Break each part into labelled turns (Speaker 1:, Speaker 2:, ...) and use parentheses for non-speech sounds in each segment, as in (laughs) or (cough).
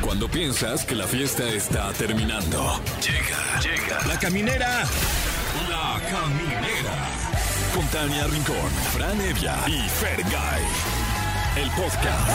Speaker 1: Cuando piensas que la fiesta está terminando. Llega, llega. La caminera. La caminera. Con Tania Rincón, Fran Evia y Fergay. El podcast.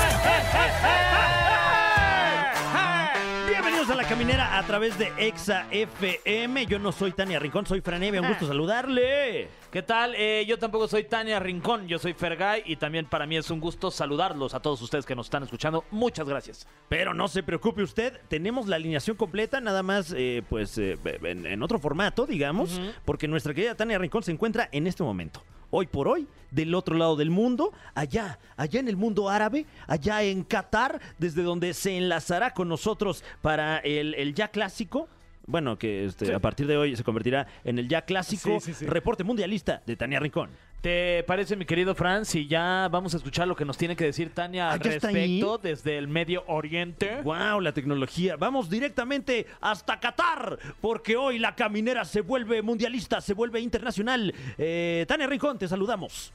Speaker 2: Bienvenidos a la caminera a través de Exa FM. Yo no soy Tania Rincón, soy Fran Evia. Un gusto saludarle.
Speaker 3: Ah. ¿Qué tal? Eh, yo tampoco soy Tania Rincón, yo soy Fergay y también para mí es un gusto saludarlos a todos ustedes que nos están escuchando. Muchas gracias.
Speaker 2: Pero no se preocupe usted, tenemos la alineación completa, nada más eh, pues eh, en, en otro formato, digamos, porque nuestra querida Tania Rincón se encuentra en este momento. Hoy por hoy, del otro lado del mundo, allá, allá en el mundo árabe, allá en Qatar, desde donde se enlazará con nosotros para el, el ya clásico. Bueno, que este, a partir de hoy se convertirá en el ya clásico
Speaker 3: Sí, sí, sí.
Speaker 2: reporte mundialista de Tania Rincón.
Speaker 3: ¿Te parece, mi querido Fran, si ya vamos a escuchar lo que nos tiene que decir Tania
Speaker 2: Ah,
Speaker 3: al
Speaker 2: ¿ya está ahí?
Speaker 3: respecto desde el Medio Oriente?
Speaker 2: ¡Wow! La tecnología. Vamos directamente hasta Qatar, porque hoy la caminera se vuelve mundialista, se vuelve internacional. Eh, Tania Rincón, te saludamos.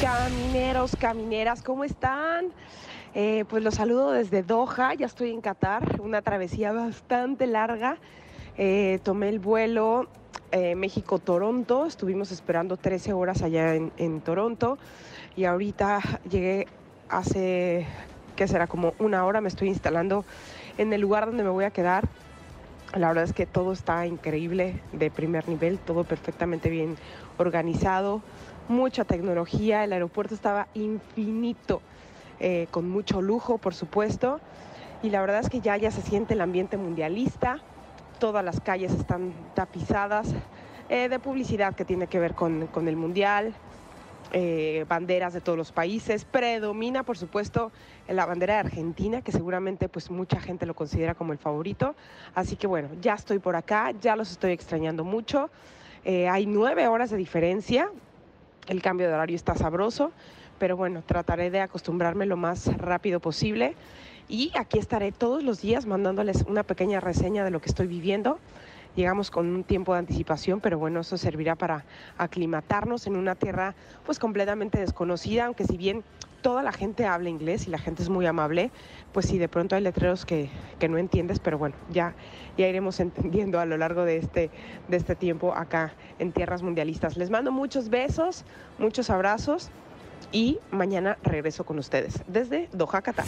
Speaker 4: Camineros, camineras, ¿cómo están? Eh, pues los saludo desde Doha, ya estoy en Qatar, una travesía bastante larga. Eh, tomé el vuelo eh, México-Toronto, estuvimos esperando 13 horas allá en, en Toronto y ahorita llegué hace, ¿qué será? Como una hora me estoy instalando en el lugar donde me voy a quedar. La verdad es que todo está increíble, de primer nivel, todo perfectamente bien organizado, mucha tecnología, el aeropuerto estaba infinito, eh, con mucho lujo, por supuesto, y la verdad es que ya, ya se siente el ambiente mundialista, todas las calles están tapizadas eh, de publicidad que tiene que ver con, con el mundial, eh, banderas de todos los países. Predomina, por supuesto, la bandera de Argentina, que seguramente pues mucha gente lo considera como el favorito. Así que bueno, ya estoy por acá, ya los estoy extrañando mucho. Eh, hay nueve horas de diferencia, el cambio de horario está sabroso, pero bueno, trataré de acostumbrarme lo más rápido posible. Y aquí estaré todos los días mandándoles una pequeña reseña de lo que estoy viviendo. Llegamos con un tiempo de anticipación, pero bueno, eso servirá para aclimatarnos en una tierra pues completamente desconocida, aunque si bien toda la gente habla inglés y la gente es muy amable, pues sí, de pronto hay letreros que, que no entiendes, pero bueno, ya, ya iremos (laughs) entendiendo a lo largo de este, de este tiempo acá en Tierras Mundialistas. Les mando muchos besos, muchos abrazos y mañana regreso con ustedes desde Doha, Qatar.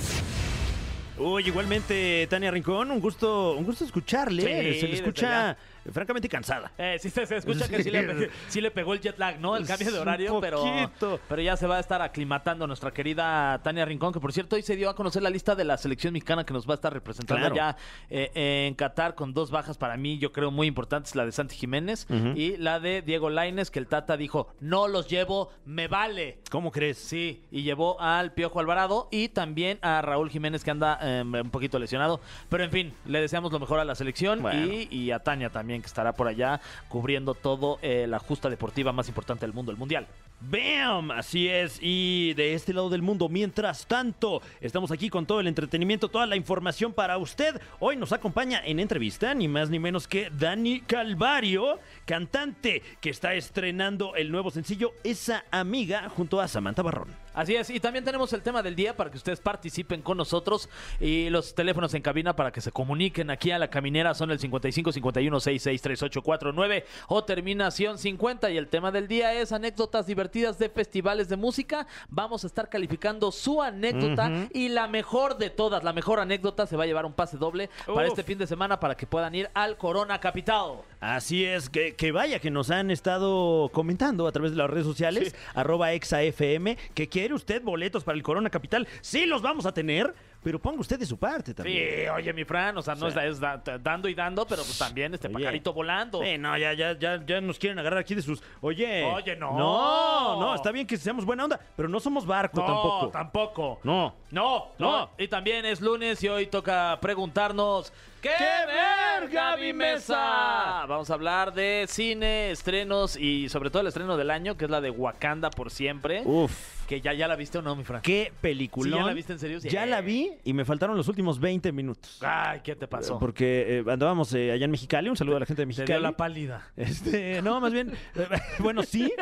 Speaker 2: Uy, igualmente, Tania Rincón, un gusto, un gusto escucharle.
Speaker 3: Sí,
Speaker 2: se le
Speaker 3: desde
Speaker 2: escucha eh, francamente cansada.
Speaker 3: Eh, sí, se, se escucha que sí le, sí le pegó el jet lag, ¿no? El cambio
Speaker 2: Sí,
Speaker 3: de
Speaker 2: Pues un
Speaker 3: horario, pero,
Speaker 2: poquito.
Speaker 3: pero ya se va a estar aclimatando nuestra querida Tania Rincón, que por cierto hoy se dio a conocer la lista de la selección mexicana que nos va a estar representando
Speaker 2: Claro.
Speaker 3: ya eh, en Qatar con dos bajas para mí, yo creo muy importantes, la de Santi Jiménez
Speaker 2: Ujú.
Speaker 3: y la de Diego Laines, que el Tata dijo, no los llevo, me vale.
Speaker 2: ¿Cómo crees?
Speaker 3: Sí, y llevó al Piojo Alvarado y también a Raúl Jiménez que anda eh, un poquito lesionado. Pero en fin, le deseamos lo mejor a la selección
Speaker 2: Bueno.
Speaker 3: y, y a Tania también que estará por allá cubriendo todo eh, la justa deportiva más importante del mundo, el Mundial.
Speaker 2: ¡Bam! Así es. Y de este lado del mundo, mientras tanto, estamos aquí con todo el entretenimiento, toda la información para usted. Hoy nos acompaña en entrevista, ni más ni menos que Dani Calvario, cantante que está estrenando el nuevo sencillo Esa Amiga junto a Samantha Barrón.
Speaker 3: Así es, y también tenemos el tema del día para que ustedes participen con nosotros y los teléfonos en cabina para que se comuniquen aquí a la caminera son el 55 51 66 38 49 o terminación 50 y el tema del día es anécdotas divertidas de festivales de música. Vamos a estar calificando su anécdota y la mejor de todas, la mejor anécdota se va a llevar un pase doble para
Speaker 2: Uf.
Speaker 3: este fin de semana para que puedan ir al Corona Capital.
Speaker 2: Así es, que, que vaya que nos han estado comentando a través de las redes sociales, arroba exafm, que quiere usted boletos para el Corona Capital. Sí, los vamos a tener, pero ponga usted de su parte también.
Speaker 3: Sí, oye, mi Fran, o sea, no
Speaker 2: Sí.
Speaker 3: es, es da- dando y dando, pero pues también este
Speaker 2: Oye.
Speaker 3: pajarito volando.
Speaker 2: Sí, no, ya, ya, ya, ya nos quieren agarrar aquí de sus. Oye.
Speaker 3: Oye, no.
Speaker 2: No, no, está bien que seamos buena onda, pero no somos barco tampoco.
Speaker 3: tampoco.
Speaker 2: No.
Speaker 3: No,
Speaker 2: No.
Speaker 3: no, Y también es lunes y hoy toca preguntarnos ¿Qué, ver, Gaby Mesa? Vamos a hablar de cine, estrenos y sobre todo el estreno del año, que es la de Wakanda por siempre.
Speaker 2: Uf.
Speaker 3: Que ya, ya la viste o no, mi Fran.
Speaker 2: Qué peliculón.
Speaker 3: ¿Sí, ya la viste en serio? Sí.
Speaker 2: Ya la vi llegué y me faltaron los últimos 20 minutos.
Speaker 3: Ay, ¿qué te pasó?
Speaker 2: Porque eh, andábamos eh, allá en Mexicali, un saludo a la gente de
Speaker 3: Te
Speaker 2: Mexicali.
Speaker 3: dio la pálida.
Speaker 2: Este, no, más bien, (laughs) eh, bueno, sí,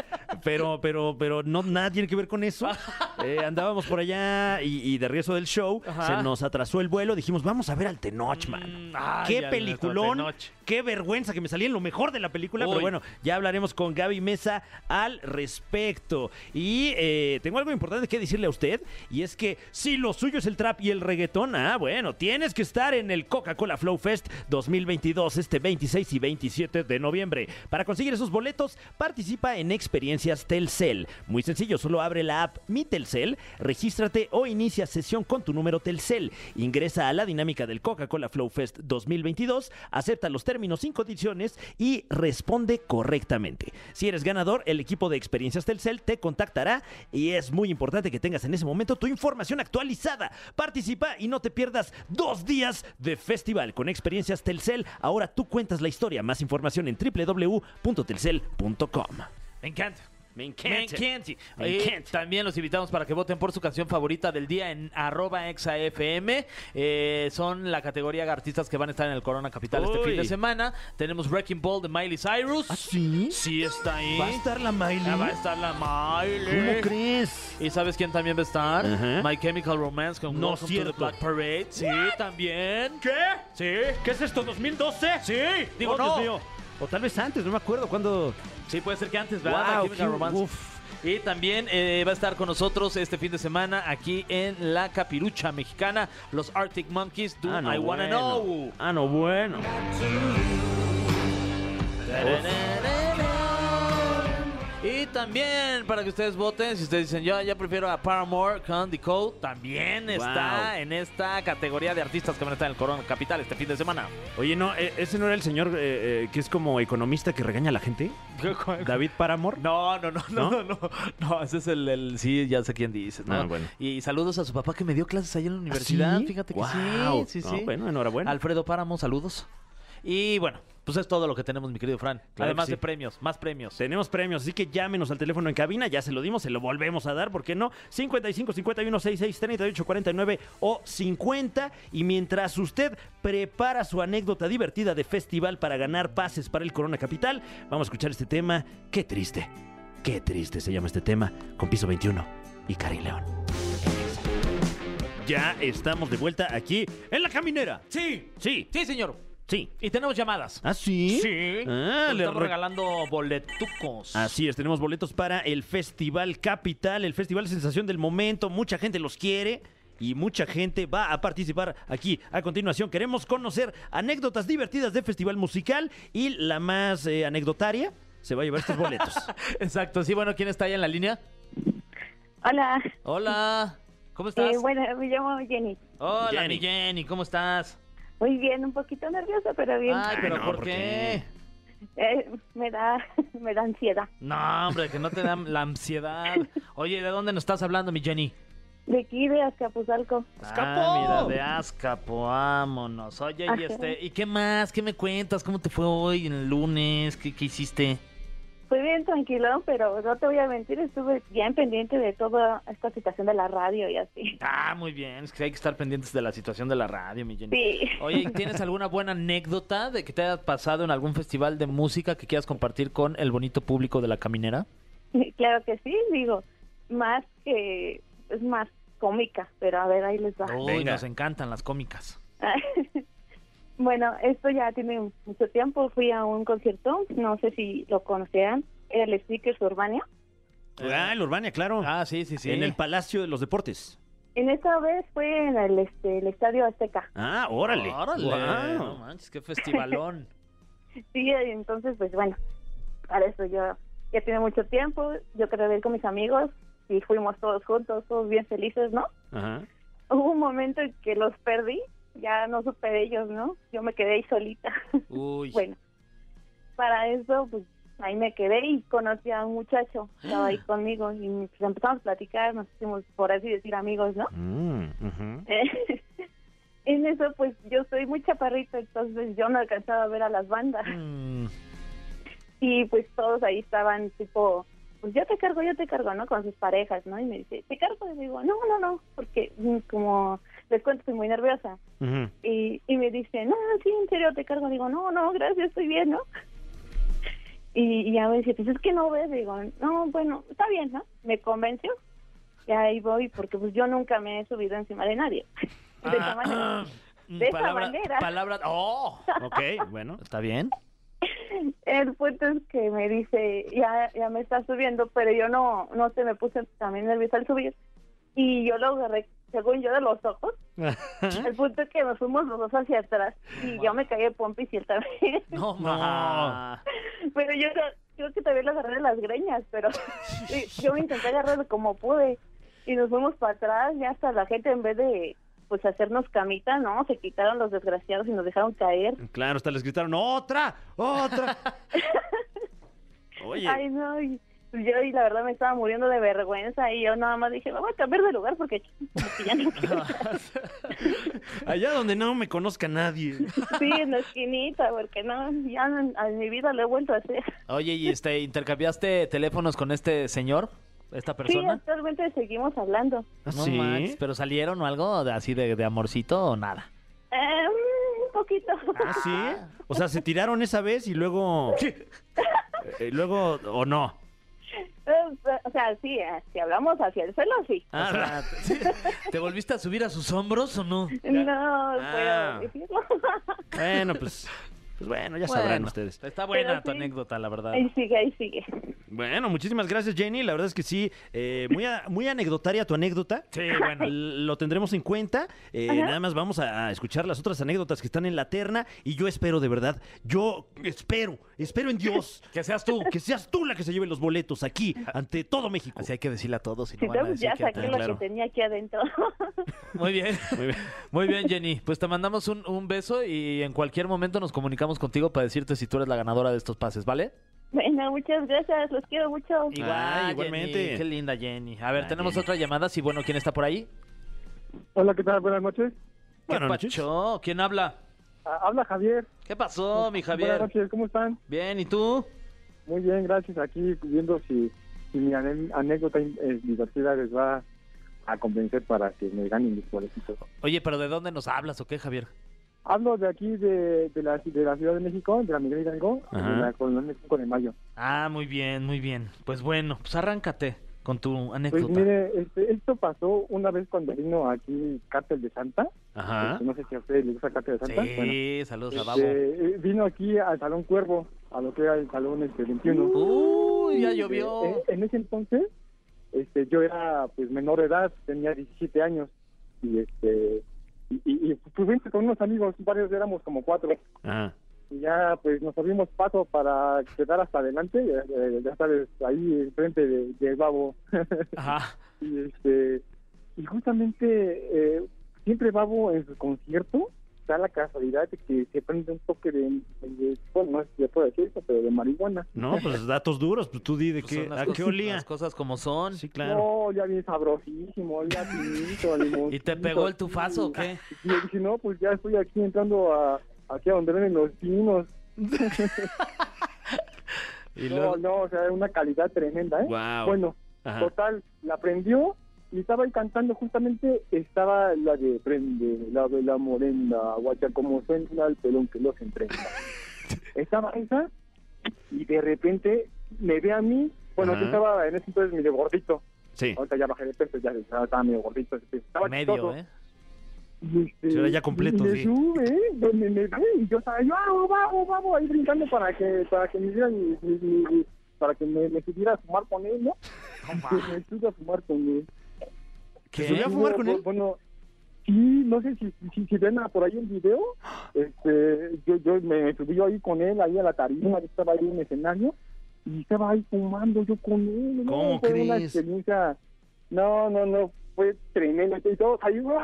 Speaker 2: pero, pero, pero no nada tiene que ver con
Speaker 3: (laughs)
Speaker 2: eso. Eh, andábamos por allá y, y de regreso del show,
Speaker 3: Ajá.
Speaker 2: se nos atrasó el vuelo, dijimos, vamos a ver al Tenoch, man.
Speaker 3: Mm, ay,
Speaker 2: qué
Speaker 3: al
Speaker 2: peliculón,
Speaker 3: nuestro Tenoch.
Speaker 2: qué vergüenza que me salía en lo mejor de la película, pero
Speaker 3: Uy.
Speaker 2: bueno, ya hablaremos con Gaby Mesa al respecto. Y eh, tengo algo importante que decirle a usted, y es que si lo suyo es el trap y el reggaetón, ah, bueno, tienes que estar en el Coca-Cola Flow Fest 2022, este 26 y 27 de noviembre. Para conseguir esos boletos, participa en Experiencias Telcel. Muy sencillo, solo abre la app Mi Telcel, regístrate o inicia sesión con tu número Telcel. Ingresa a la dinámica del Coca-Cola Flow Fest 2022, acepta los términos sin condiciones y responde correctamente. Si eres ganador, el equipo de Experiencias Telcel te contactará y es muy importante que tengas en ese momento tu información actualizada. Participa y no te pierdas dos días de festival con Experiencias Telcel. Ahora tú cuentas la historia. Más información en www.telcel.com.
Speaker 3: Me encanta.
Speaker 2: Me
Speaker 3: Me encanta.
Speaker 2: Me
Speaker 3: Eh,
Speaker 2: encanta.
Speaker 3: También los invitamos para que voten por su canción favorita del día en arroba exafm. Eh, son la categoría de artistas que van a estar en el Corona Capital este
Speaker 2: Uy.
Speaker 3: fin de semana. Tenemos Wrecking Ball de Miley Cyrus.
Speaker 2: ¿Ah, sí?
Speaker 3: Sí está ahí.
Speaker 2: ¿Va a estar la Miley?
Speaker 3: Ah, va a estar la Miley.
Speaker 2: ¿Cómo crees?
Speaker 3: ¿Y sabes quién también va a estar?
Speaker 2: Ajá.
Speaker 3: My Chemical Romance con
Speaker 2: No
Speaker 3: Welcome to
Speaker 2: cierto.
Speaker 3: the Black Parade. Sí, también.
Speaker 2: ¿Qué?
Speaker 3: Sí.
Speaker 2: ¿Qué es esto, 2012? Sí,
Speaker 3: digo,
Speaker 2: digo,
Speaker 3: Oh, no.
Speaker 2: O tal vez antes, no me acuerdo cuándo.
Speaker 3: Sí, puede ser que antes, ¿verdad?
Speaker 2: Wow,
Speaker 3: My Chemical
Speaker 2: qué-
Speaker 3: Romance.
Speaker 2: uf.
Speaker 3: Y también eh, va a estar con nosotros este fin de semana aquí en la Capirucha Mexicana, los Arctic Monkeys, Do I Wanna
Speaker 2: Ah, bueno.
Speaker 3: Know.
Speaker 2: Ah, no, bueno.
Speaker 3: Y también para que ustedes voten, si ustedes dicen yo ya prefiero a Paramore con The Code, también está
Speaker 2: Wow.
Speaker 3: en esta categoría de artistas que van a estar en el Corona Capital este fin de semana.
Speaker 2: Oye, no, eh, ese no era el señor eh, eh, que es como economista que regaña a la gente. David Paramor.
Speaker 3: No, no, no, no, no,
Speaker 2: ¿No?
Speaker 3: no, no, ese es el, el- sí, ya sé quién dices, ¿no?
Speaker 2: Ah, bueno. ¿Ah,
Speaker 3: Y saludos a su papá que me dio clases ahí en la universidad, fíjate que sí, sí, sí.
Speaker 2: bueno, enhorabuena.
Speaker 3: Alfredo Páramo, saludos. Y bueno, pues es todo lo que tenemos, mi querido Fran.
Speaker 2: que
Speaker 3: Además
Speaker 2: sí.
Speaker 3: de premios, más premios.
Speaker 2: Tenemos premios, así que llámenos al teléfono en cabina, ya se lo dimos, se lo volvemos a dar, ¿por qué no? 55 51 66 38 49 o 50. Y mientras usted prepara su anécdota divertida de festival para ganar pases para el Corona Capital, vamos a escuchar este tema. Qué triste, qué triste se llama este tema, con piso 21 y Cari León. Ya estamos de vuelta aquí en la caminera.
Speaker 3: Sí,
Speaker 2: Sí,
Speaker 3: sí, señor.
Speaker 2: sí.
Speaker 3: Y tenemos llamadas.
Speaker 2: ¿Ah, sí? Ah, le
Speaker 3: Porque estamos
Speaker 2: re- Ah.
Speaker 3: regalando boletucos.
Speaker 2: Así es, tenemos boletos para el Festival Capital, el Festival Sensación del Momento. Mucha gente los quiere y mucha gente va a participar aquí. A continuación, queremos conocer anécdotas divertidas de festival musical y la más eh, anecdotaria se va a llevar estos
Speaker 3: (laughs)
Speaker 2: boletos.
Speaker 3: Exacto, sí, bueno, ¿quién está ahí en la línea?
Speaker 5: Hola,
Speaker 3: Hola, ¿cómo
Speaker 5: eh,
Speaker 3: estás?
Speaker 5: bueno, me llamo Jenny.
Speaker 3: Hola,
Speaker 2: Jenny.
Speaker 3: mi Jenny, ¿cómo estás?
Speaker 5: Muy bien, un poquito nerviosa, pero bien.
Speaker 3: Ay, pero
Speaker 2: Ay, no,
Speaker 3: ¿por,
Speaker 2: ¿por
Speaker 3: qué?
Speaker 2: qué?
Speaker 5: Eh, me da, (laughs) me da ansiedad.
Speaker 3: No, hombre, que no te dan la ansiedad. Oye, ¿de dónde nos estás hablando, mi Jenny?
Speaker 5: De aquí de Azcapotzalco.
Speaker 3: Ah, mira, de Azcapo, vámonos. Oye,
Speaker 5: Ajá.
Speaker 3: y este, ¿y qué más? ¿Qué me cuentas? ¿Cómo te fue hoy en el lunes? ¿Qué, qué hiciste?
Speaker 5: Fue bien tranquilón, pero no te voy a mentir, estuve bien pendiente de toda esta situación de la radio y así.
Speaker 3: Ah, muy bien, es que hay que estar pendientes de la situación de la radio, mi Jenny.
Speaker 5: Sí. (laughs)
Speaker 3: Oye, ¿y ¿tienes alguna buena anécdota de que te haya pasado en algún festival de música que quieras compartir con el bonito público de la caminera?
Speaker 5: Claro que sí, digo, más que, es más cómica, pero a ver, ahí les va.
Speaker 3: Uy,
Speaker 2: Venga.
Speaker 3: nos encantan las cómicas.
Speaker 5: (laughs) Bueno, esto ya tiene mucho tiempo, fui a un concierto, no sé si lo conocerán, era el Speakers Urbania.
Speaker 2: Ah, el Urbania, claro.
Speaker 3: Ah, sí, sí, sí.
Speaker 2: En el Palacio de los Deportes.
Speaker 5: En esta vez fue en el, este, el Estadio Azteca.
Speaker 2: Ah, órale.
Speaker 3: Órale,
Speaker 2: Guau.
Speaker 3: no manches, qué (laughs) festivalón.
Speaker 5: Sí, entonces, pues bueno, para eso yo ya tiene mucho tiempo, yo quería ver con mis amigos y fuimos todos juntos, todos bien felices, ¿no?
Speaker 2: Ajá.
Speaker 5: Hubo un momento en que los perdí, ya no supe de ellos, ¿no? Yo me quedé ahí solita.
Speaker 3: Uy.
Speaker 5: Bueno, para eso, pues ahí me quedé y conocí a un muchacho,
Speaker 2: (gasps)
Speaker 5: estaba ahí conmigo y pues, empezamos a platicar, nos hicimos, por así decir, amigos, ¿no?
Speaker 2: Mm, ujú.
Speaker 5: (laughs) en eso, pues yo soy muy chaparrita, entonces yo no alcanzaba a ver a las bandas.
Speaker 3: Mm,
Speaker 5: Y pues todos ahí estaban tipo, pues yo te cargo, yo te cargo, ¿no? Con sus parejas, ¿no? Y me dice, te cargo. Y digo, no, no, no, porque mm, como les cuento, estoy muy nerviosa.
Speaker 2: Ujú.
Speaker 5: Y, y me dice, no, sí, en serio, te cargo. Digo, no, no, gracias, estoy bien, ¿no? (laughs) Y, y ya me dice, pues es que no ves. Digo, no, bueno, está bien, ¿no? Me convenció. Y ahí voy, porque pues yo nunca me he subido encima de nadie. (laughs) De
Speaker 3: Ah,
Speaker 5: esa manera. de esa
Speaker 3: mm, palabra,
Speaker 5: manera.
Speaker 3: palabra- ¡Oh!
Speaker 2: Ok, bueno.
Speaker 3: ¿Está bien?
Speaker 5: El punto es que me dice, ya, ya me está subiendo, pero yo no, no se me puse también nerviosa al subir. Y yo lo agarré, según yo, de los ojos. El punto es que nos fuimos los dos hacia atrás y yo me caí de pompis y él también.
Speaker 3: No, ma.
Speaker 5: (laughs) Pero yo creo- creo que también lo agarré de las greñas, pero (laughs) y yo me intenté agarrar como pude. Y nos fuimos para atrás y hasta la gente en vez de pues hacernos camita, ¿no? Se quitaron los desgraciados y nos dejaron caer.
Speaker 2: Claro, hasta les gritaron, ¡otra!
Speaker 3: (laughs)
Speaker 2: ¡otra! Oye,
Speaker 5: Ay, no, y pues yo y la verdad me estaba muriendo de vergüenza y yo nada más dije, vamos a cambiar de lugar porque aquí como que ya no (laughs) quiero".
Speaker 2: allá donde no me conozca nadie.
Speaker 5: Sí, en la esquinita, porque no, ya no- a mi vida lo he vuelto a hacer.
Speaker 3: Oye, ¿y este, intercambiaste teléfonos con este señor? ¿Esta
Speaker 5: Sí,
Speaker 3: persona?
Speaker 5: actualmente seguimos hablando.
Speaker 2: ¿Ah,
Speaker 3: No
Speaker 2: sí?
Speaker 3: manches, ¿Pero salieron o algo de- así de, de amorcito o nada?
Speaker 5: Eh, un poquito.
Speaker 2: ¿Ah,
Speaker 5: (laughs)
Speaker 2: sí? O sea, se tiraron esa vez y luego... Eh, luego, ¿o no?
Speaker 5: O sea, sí, eh, si hablamos hacia el suelo, sí.
Speaker 3: O sea, ¿Te volviste a subir a sus hombros o no?
Speaker 5: No
Speaker 2: Ah.
Speaker 5: puedo decirlo.
Speaker 2: Bueno, pues... Pues bueno, ya sabrán
Speaker 3: Bueno,
Speaker 2: ustedes.
Speaker 3: Está buena
Speaker 5: Pero
Speaker 3: tu
Speaker 5: sí.
Speaker 3: anécdota, la verdad.
Speaker 5: (laughs) Ahí sigue, ahí sigue.
Speaker 2: Bueno, muchísimas gracias, Jenny. La verdad es que sí, eh, muy, a- muy anecdotaria tu anécdota.
Speaker 3: Sí, bueno.
Speaker 2: L- Lo tendremos en cuenta. Eh, nada más vamos a, a escuchar las otras anécdotas que están en la terna. Y yo espero, de verdad, yo espero, espero en Dios
Speaker 3: Que seas tú.
Speaker 2: que seas tú la que se lleve los boletos aquí, ante todo México.
Speaker 3: Así hay que decirle a todos y no
Speaker 5: Si
Speaker 3: van a
Speaker 5: no,
Speaker 3: decir
Speaker 5: ya
Speaker 3: que
Speaker 5: saqué
Speaker 3: te-
Speaker 5: lo
Speaker 2: claro.
Speaker 5: que tenía aquí adentro. (laughs)
Speaker 2: (laughs)
Speaker 3: Muy bien. (laughs) Muy bien. Jenny. Pues te mandamos un, un beso y en cualquier momento nos comunicamos contigo para decirte si tú eres la ganadora de estos pases, ¿vale?
Speaker 5: Bueno, muchas gracias, los quiero mucho.
Speaker 2: Ah, Igual, Ah, igualmente.
Speaker 3: Jenny. Qué linda, Jenny. A ver,
Speaker 2: Ah,
Speaker 3: tenemos
Speaker 2: Jenny.
Speaker 3: otra llamada. Sí, bueno, ¿quién está por ahí?
Speaker 6: Hola, ¿qué tal? Buenas noches.
Speaker 2: Buenas
Speaker 3: ¿Qué
Speaker 2: noches.
Speaker 3: pacho? ¿Quién habla?
Speaker 6: Ah, Habla Javier.
Speaker 3: ¿Qué pasó, mi
Speaker 6: Buenas
Speaker 3: Javier?
Speaker 6: noches, ¿cómo están?
Speaker 3: Bien, ¿y tú?
Speaker 6: Muy bien, gracias. Aquí viendo si, si mi ane- anécdota eh, divertida les va a convencer para que me ganen mis boletitos.
Speaker 3: Oye, pero ¿de dónde nos hablas o qué, Javier?
Speaker 6: Hablo de aquí, de, de, la, de la Ciudad de México, de la Miguel Hidalgo,
Speaker 2: Ajá.
Speaker 6: de la colonia 5 de Mayo.
Speaker 3: Ah, muy bien, muy bien. Pues bueno, pues arráncate con tu
Speaker 6: Pues
Speaker 3: anécdota.
Speaker 6: mire, este, esto pasó una vez cuando vino aquí Cártel de Santa.
Speaker 2: Ajá.
Speaker 6: Este, No sé si a ustedes les gusta Cártel de Santa.
Speaker 3: Ah. sí,
Speaker 6: Bueno,
Speaker 3: saludos a
Speaker 6: este,
Speaker 3: Babo.
Speaker 6: eh, vino aquí al Salón Cuervo, a lo que era el Salón este, 21.
Speaker 3: Uy, ya
Speaker 6: Eh,
Speaker 3: llovió.
Speaker 6: En, en ese entonces, este, yo era pues menor de edad, tenía 17 años y este y, y- y, pues fuimos con unos amigos, varios éramos como cuatro
Speaker 2: Ajá.
Speaker 6: y ya pues nos abrimos paso para quedar hasta adelante, eh, eh, ya sabes ahí enfrente de, del babo
Speaker 3: Ajá.
Speaker 6: y este y justamente eh, siempre babo en su concierto da la casualidad de que se prende un toque de, de- bueno no sé si se puede decir eso, pero de marihuana.
Speaker 2: No, pues datos duros. Pues tú di de
Speaker 3: Pues
Speaker 2: qué,
Speaker 3: son las
Speaker 2: a qué
Speaker 3: cosas-
Speaker 2: olía.
Speaker 3: Las cosas como son.
Speaker 2: Sí, claro.
Speaker 6: No, ya bien sabrosísimo,
Speaker 3: (laughs)
Speaker 6: ya finito,
Speaker 3: ¿Y te pegó el tufazo o qué?
Speaker 6: Y yo dije, no, pues ya estoy aquí entrando a, aquí a donde venden los pinos.
Speaker 2: Y
Speaker 6: no,
Speaker 2: luego...
Speaker 6: no, o sea, una calidad tremenda, ¿eh?
Speaker 2: Wow.
Speaker 6: Bueno,
Speaker 2: Ajá.
Speaker 6: total, la prendió y estaba ahí cantando justamente, estaba la de prende, la de la morenda, guacha como suena el pelón que
Speaker 2: (laughs)
Speaker 6: los entrega. estaba esa y de repente me ve a mí, bueno,
Speaker 2: Ajá.
Speaker 6: yo estaba en ese entonces medio gordito.
Speaker 2: Sí.
Speaker 6: Ahorita ya bajé de peso, ya estaba medio gordito. Estaba
Speaker 3: Medio,
Speaker 6: chistoso.
Speaker 3: ¿eh?
Speaker 6: Y, este,
Speaker 2: Sí, era ya completo,
Speaker 6: y me
Speaker 2: sí.
Speaker 6: sube, ¿eh? me, me- me ve, y yo estaba, yo, ah, vamos, vamos, ahí brincando para que, para que me dieran, mi- mi- mi- para que me, me subiera a fumar con él, ¿no? Que me sube a fumar con él.
Speaker 2: ¿Te subió a
Speaker 6: Y
Speaker 2: fumar
Speaker 6: no,
Speaker 2: con
Speaker 6: bu-
Speaker 2: él?
Speaker 6: Bueno, sí, no sé si, si, si ven a- por ahí el video, este, yo, yo me subí ahí con él, ahí a la tarima, yo estaba ahí en el escenario, y estaba ahí fumando yo con él, ¿no?
Speaker 2: ¿Cómo
Speaker 6: Fue una
Speaker 2: crees?
Speaker 6: experiencia, no, no, no, fue tremendo, y todos ahí, ¡guau!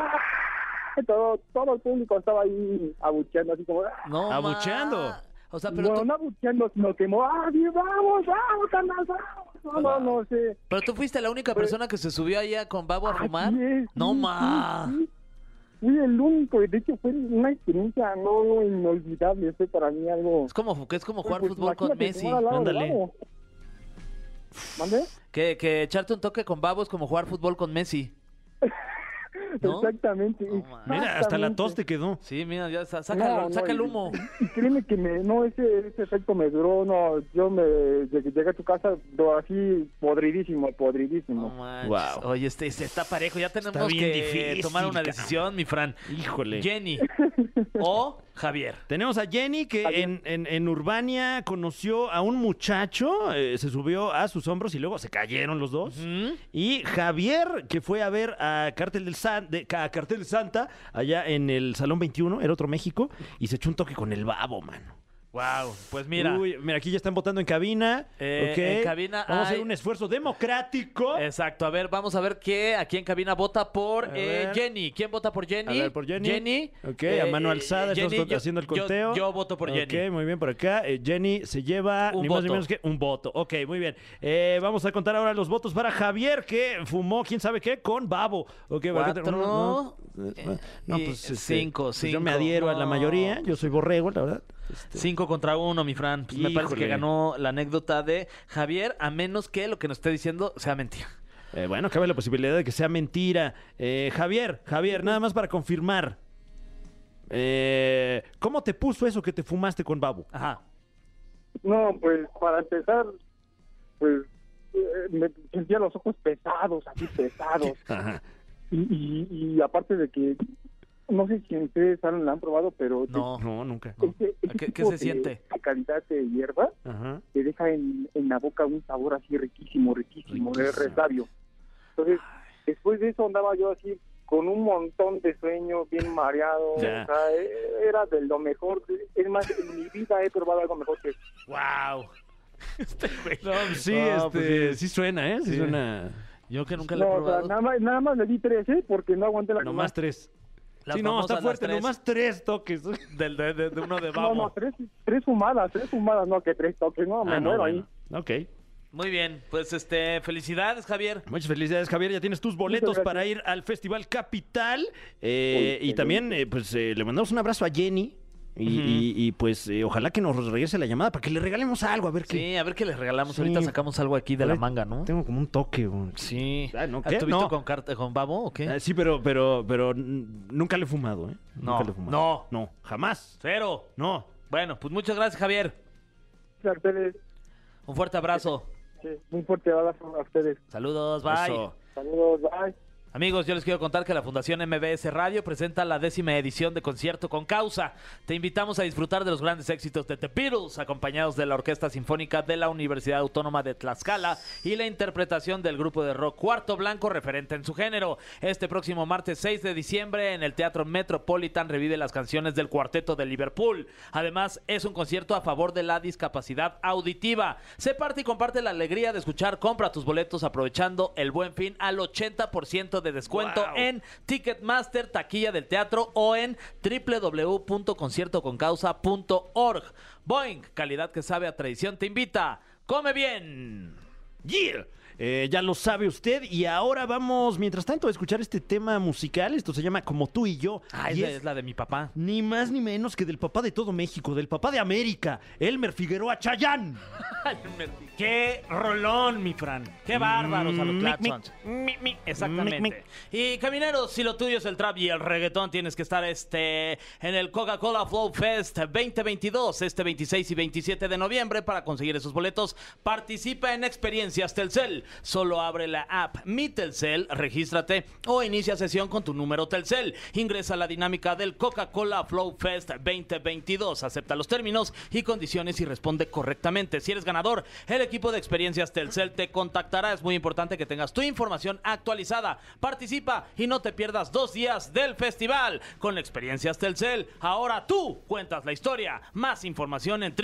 Speaker 6: todo, todo el público estaba ahí abucheando, así como, ¡ah!
Speaker 3: No, ma.
Speaker 2: Abucheando.
Speaker 3: O sea, pero,
Speaker 6: no,
Speaker 3: tú,
Speaker 6: no abucheando, sino que, ¡ah, sí, vamos, vamos, carnal, vamos! No, no, no sé.
Speaker 3: pero tú fuiste la única persona que se subió allá con Babo a fumar.
Speaker 6: Pues Así es,
Speaker 3: No,
Speaker 6: sí,
Speaker 3: ma.
Speaker 6: sí, sí. Fui el único, y de hecho fue una experiencia no no, inolvidable, fue para mí algo...
Speaker 3: Es como, que es como jugar
Speaker 6: Pues,
Speaker 3: fútbol con
Speaker 6: imagínate
Speaker 3: Messi.
Speaker 6: jugar al lado del
Speaker 2: ándale.
Speaker 6: Babo. ¿Mande? (laughs)
Speaker 3: Que, que echarte un toque con Babo es como jugar fútbol con Messi. ¿no?
Speaker 6: Exactamente.
Speaker 2: Mira, hasta la
Speaker 6: exactamente.
Speaker 2: tos te quedó.
Speaker 3: Sí, mira, ya sa- saca, el-
Speaker 6: No, no,
Speaker 3: saca el
Speaker 6: y- (laughs)
Speaker 3: humo.
Speaker 6: Y créeme que me, no, ese, ese efecto me duró, no, yo me de que llegué a tu casa do- así podridísimo,
Speaker 3: No
Speaker 6: podridísimo.
Speaker 3: manches.
Speaker 2: Wow.
Speaker 3: Oye, este, este está parejo. Ya tenemos
Speaker 2: bien
Speaker 3: que
Speaker 2: difícil,
Speaker 3: tomar una
Speaker 2: cabrón.
Speaker 3: decisión, mi Fran.
Speaker 2: Híjole.
Speaker 3: Jenny
Speaker 6: (laughs)
Speaker 3: o Javier.
Speaker 2: Tenemos a Jenny que en, en, en Urbania conoció a un muchacho, eh, se subió a sus hombros y luego se cayeron los dos.
Speaker 3: ¿Mm?
Speaker 2: Y Javier, que fue a ver a Cartel, del San- de- a Cartel Santa allá en el Salón 21, era otro México, y se echó un toque con el babo, mano.
Speaker 3: Wow. Pues mira.
Speaker 2: Uy, mira, aquí ya están votando en cabina.
Speaker 3: Eh,
Speaker 2: ok.
Speaker 3: en cabina
Speaker 2: Vamos a hacer
Speaker 3: hay-
Speaker 2: un esfuerzo democrático.
Speaker 3: Exacto, a ver, vamos a ver qué aquí en cabina vota por
Speaker 2: A
Speaker 3: eh,
Speaker 2: ver.
Speaker 3: Jenny. ¿Quién vota por Jenny?
Speaker 2: A ver, por Jenny.
Speaker 3: Jenny.
Speaker 2: Ok,
Speaker 3: Eh,
Speaker 2: a mano alzada,
Speaker 3: Jenny,
Speaker 2: estamos
Speaker 3: yo-
Speaker 2: haciendo el
Speaker 3: yo-
Speaker 2: conteo.
Speaker 3: Yo, voto por Jenny.
Speaker 2: Ok, muy bien, por acá. Eh, Jenny se lleva
Speaker 3: Un
Speaker 2: ni más ni
Speaker 3: voto.
Speaker 2: menos que un voto. Ok, muy bien. Eh, vamos a contar ahora los votos para Javier, que fumó, quién sabe qué, con babo. Ok, por acá
Speaker 3: Cuatro,
Speaker 2: tengo- no,
Speaker 3: eh,
Speaker 2: no,
Speaker 3: y
Speaker 2: pues, este,
Speaker 3: cinco,
Speaker 2: pues Yo me
Speaker 3: cinco.
Speaker 2: adhiero a la
Speaker 3: No,
Speaker 2: mayoría, yo soy borrego, la verdad. Este,
Speaker 3: Cinco contra uno, mi Fran. Pues me parece
Speaker 2: Híjole.
Speaker 3: que ganó la anécdota de Javier, a menos que lo que nos esté diciendo sea mentira.
Speaker 2: eh, bueno, cabe la posibilidad de que sea mentira. Eh, Javier, Javier, nada más para confirmar. Eh, ¿Cómo te puso eso que te fumaste con babo?
Speaker 3: Ajá.
Speaker 6: No, pues para empezar, pues eh, me sentía los ojos pesados, así pesados.
Speaker 2: Ajá.
Speaker 6: Y, y, y aparte de que, no sé si en ustedes han- la han probado, pero...
Speaker 3: (laughs) No.
Speaker 2: No, nunca.
Speaker 6: Este, este
Speaker 3: ¿Qué- qué
Speaker 6: tipo
Speaker 3: se
Speaker 6: de-
Speaker 3: siente?
Speaker 6: de calidad de hierba
Speaker 2: Ajá.
Speaker 6: te deja en, en la boca un sabor así riquísimo, riquísimo, de
Speaker 2: Riquísimo.
Speaker 6: resabio. Entonces, después de eso andaba yo así con un montón de sueño, bien mareado,
Speaker 2: Ya.
Speaker 6: o sea, e- era de lo mejor, es más, en mi vida he probado algo mejor que eso.
Speaker 3: Wow. este,
Speaker 2: Sí,
Speaker 3: Ah,
Speaker 2: este, sí suena, ¿eh? Sí,
Speaker 3: Sí.
Speaker 2: suena.
Speaker 3: Yo que nunca la he
Speaker 6: No, o sea,
Speaker 3: probado.
Speaker 6: nada, más, nada más le di tres, ¿eh? Porque no aguanté la
Speaker 2: Nomás tres.
Speaker 3: Las
Speaker 2: sí, no,
Speaker 3: famosas
Speaker 2: está
Speaker 3: las
Speaker 2: fuerte,
Speaker 3: tres.
Speaker 2: nomás tres toques. (laughs)
Speaker 3: Del- de, de- de uno de
Speaker 6: No,
Speaker 3: babo.
Speaker 6: no, tres, tres fumadas, tres fumadas, no, que tres toques, no, me
Speaker 2: Ah, no,
Speaker 6: muero ahí.
Speaker 2: bueno. Ok.
Speaker 3: Muy bien, pues este, felicidades, Javier.
Speaker 2: Muchas felicidades, Javier. Ya tienes tus boletos
Speaker 6: gracias.
Speaker 2: para ir al Festival Capital. Eh,
Speaker 6: Uy,
Speaker 2: y también, eh, pues, eh, le mandamos un abrazo a Jenny. Y,
Speaker 3: Ujú.
Speaker 2: y- y, pues, eh, ojalá que nos regrese la llamada para que le regalemos algo, a ver qué.
Speaker 3: Sí, a ver qué les regalamos.
Speaker 2: Sí.
Speaker 3: Ahorita sacamos algo aquí de la
Speaker 2: Ahorita
Speaker 3: manga, ¿no?
Speaker 2: Tengo como un toque. güey.
Speaker 3: Sí.
Speaker 2: Ah, ¿no?
Speaker 3: ¿Ah,
Speaker 2: ¿Qué?
Speaker 3: ¿Tuviste
Speaker 2: No.
Speaker 3: con, carta, con babo o qué?
Speaker 2: Ah, sí, pero, pero, pero mm, nunca le he fumado, ¿eh?
Speaker 3: No,
Speaker 2: Nunca le he fumado.
Speaker 3: no.
Speaker 2: No, jamás.
Speaker 3: Cero.
Speaker 2: No.
Speaker 3: Bueno, pues muchas gracias, Javier.
Speaker 6: A ustedes,
Speaker 3: Un fuerte abrazo.
Speaker 6: sí, un fuerte abrazo a ustedes.
Speaker 3: Saludos, bye.
Speaker 2: Eso.
Speaker 6: Saludos, bye.
Speaker 3: Amigos, yo les quiero contar que la Fundación MBS Radio presenta la décima edición de Concierto con Causa. Te invitamos a disfrutar de los grandes éxitos de The Beatles, acompañados de la Orquesta Sinfónica de la Universidad Autónoma de Tlaxcala y la interpretación del grupo de rock Cuarto Blanco referente en su género. Este próximo martes 6 de diciembre en el Teatro Metropolitan revive las canciones del Cuarteto de Liverpool. Además, es un concierto a favor de la discapacidad auditiva. Sé parte y comparte la alegría de escuchar. Compra tus boletos aprovechando el buen fin al 80% de descuento
Speaker 2: Wow.
Speaker 3: en Ticketmaster, taquilla del teatro o en www.conciertoconcausa.org. Boeing, calidad que sabe a tradición, te invita. Come bien.
Speaker 2: Yeah. Eh, ya lo sabe usted y ahora vamos, mientras tanto, a escuchar este tema musical. Esto se llama Como tú y yo.
Speaker 3: Ah,
Speaker 2: y
Speaker 3: esa es la de mi papá.
Speaker 2: ni más ni menos que del papá de todo México, del papá de América, Elmer Figueroa Chayán.
Speaker 3: Qué rolón, mi Fran. Qué bárbaros a los
Speaker 2: Mm, mic,
Speaker 3: Clatsons. Mic, mic, Exactamente.
Speaker 2: Mic, mic.
Speaker 3: Y camineros, si lo tuyo es el trap y el reggaetón, tienes que estar este en el Coca-Cola Flow Fest 2022, este 26 y 27 de noviembre. Para conseguir esos boletos, participa en Experiencias Telcel. Solo abre la app Mi Telcel, regístrate o inicia sesión con tu número Telcel. Ingresa a la dinámica del Coca-Cola Flow Fest 2022. Acepta los términos y condiciones y responde correctamente. Si eres ganador, el equipo de Experiencias Telcel te contactará. Es muy importante que tengas tu información actualizada. Participa y no te pierdas dos días del festival. Con Experiencias Telcel, ahora tú cuentas la historia. Más información en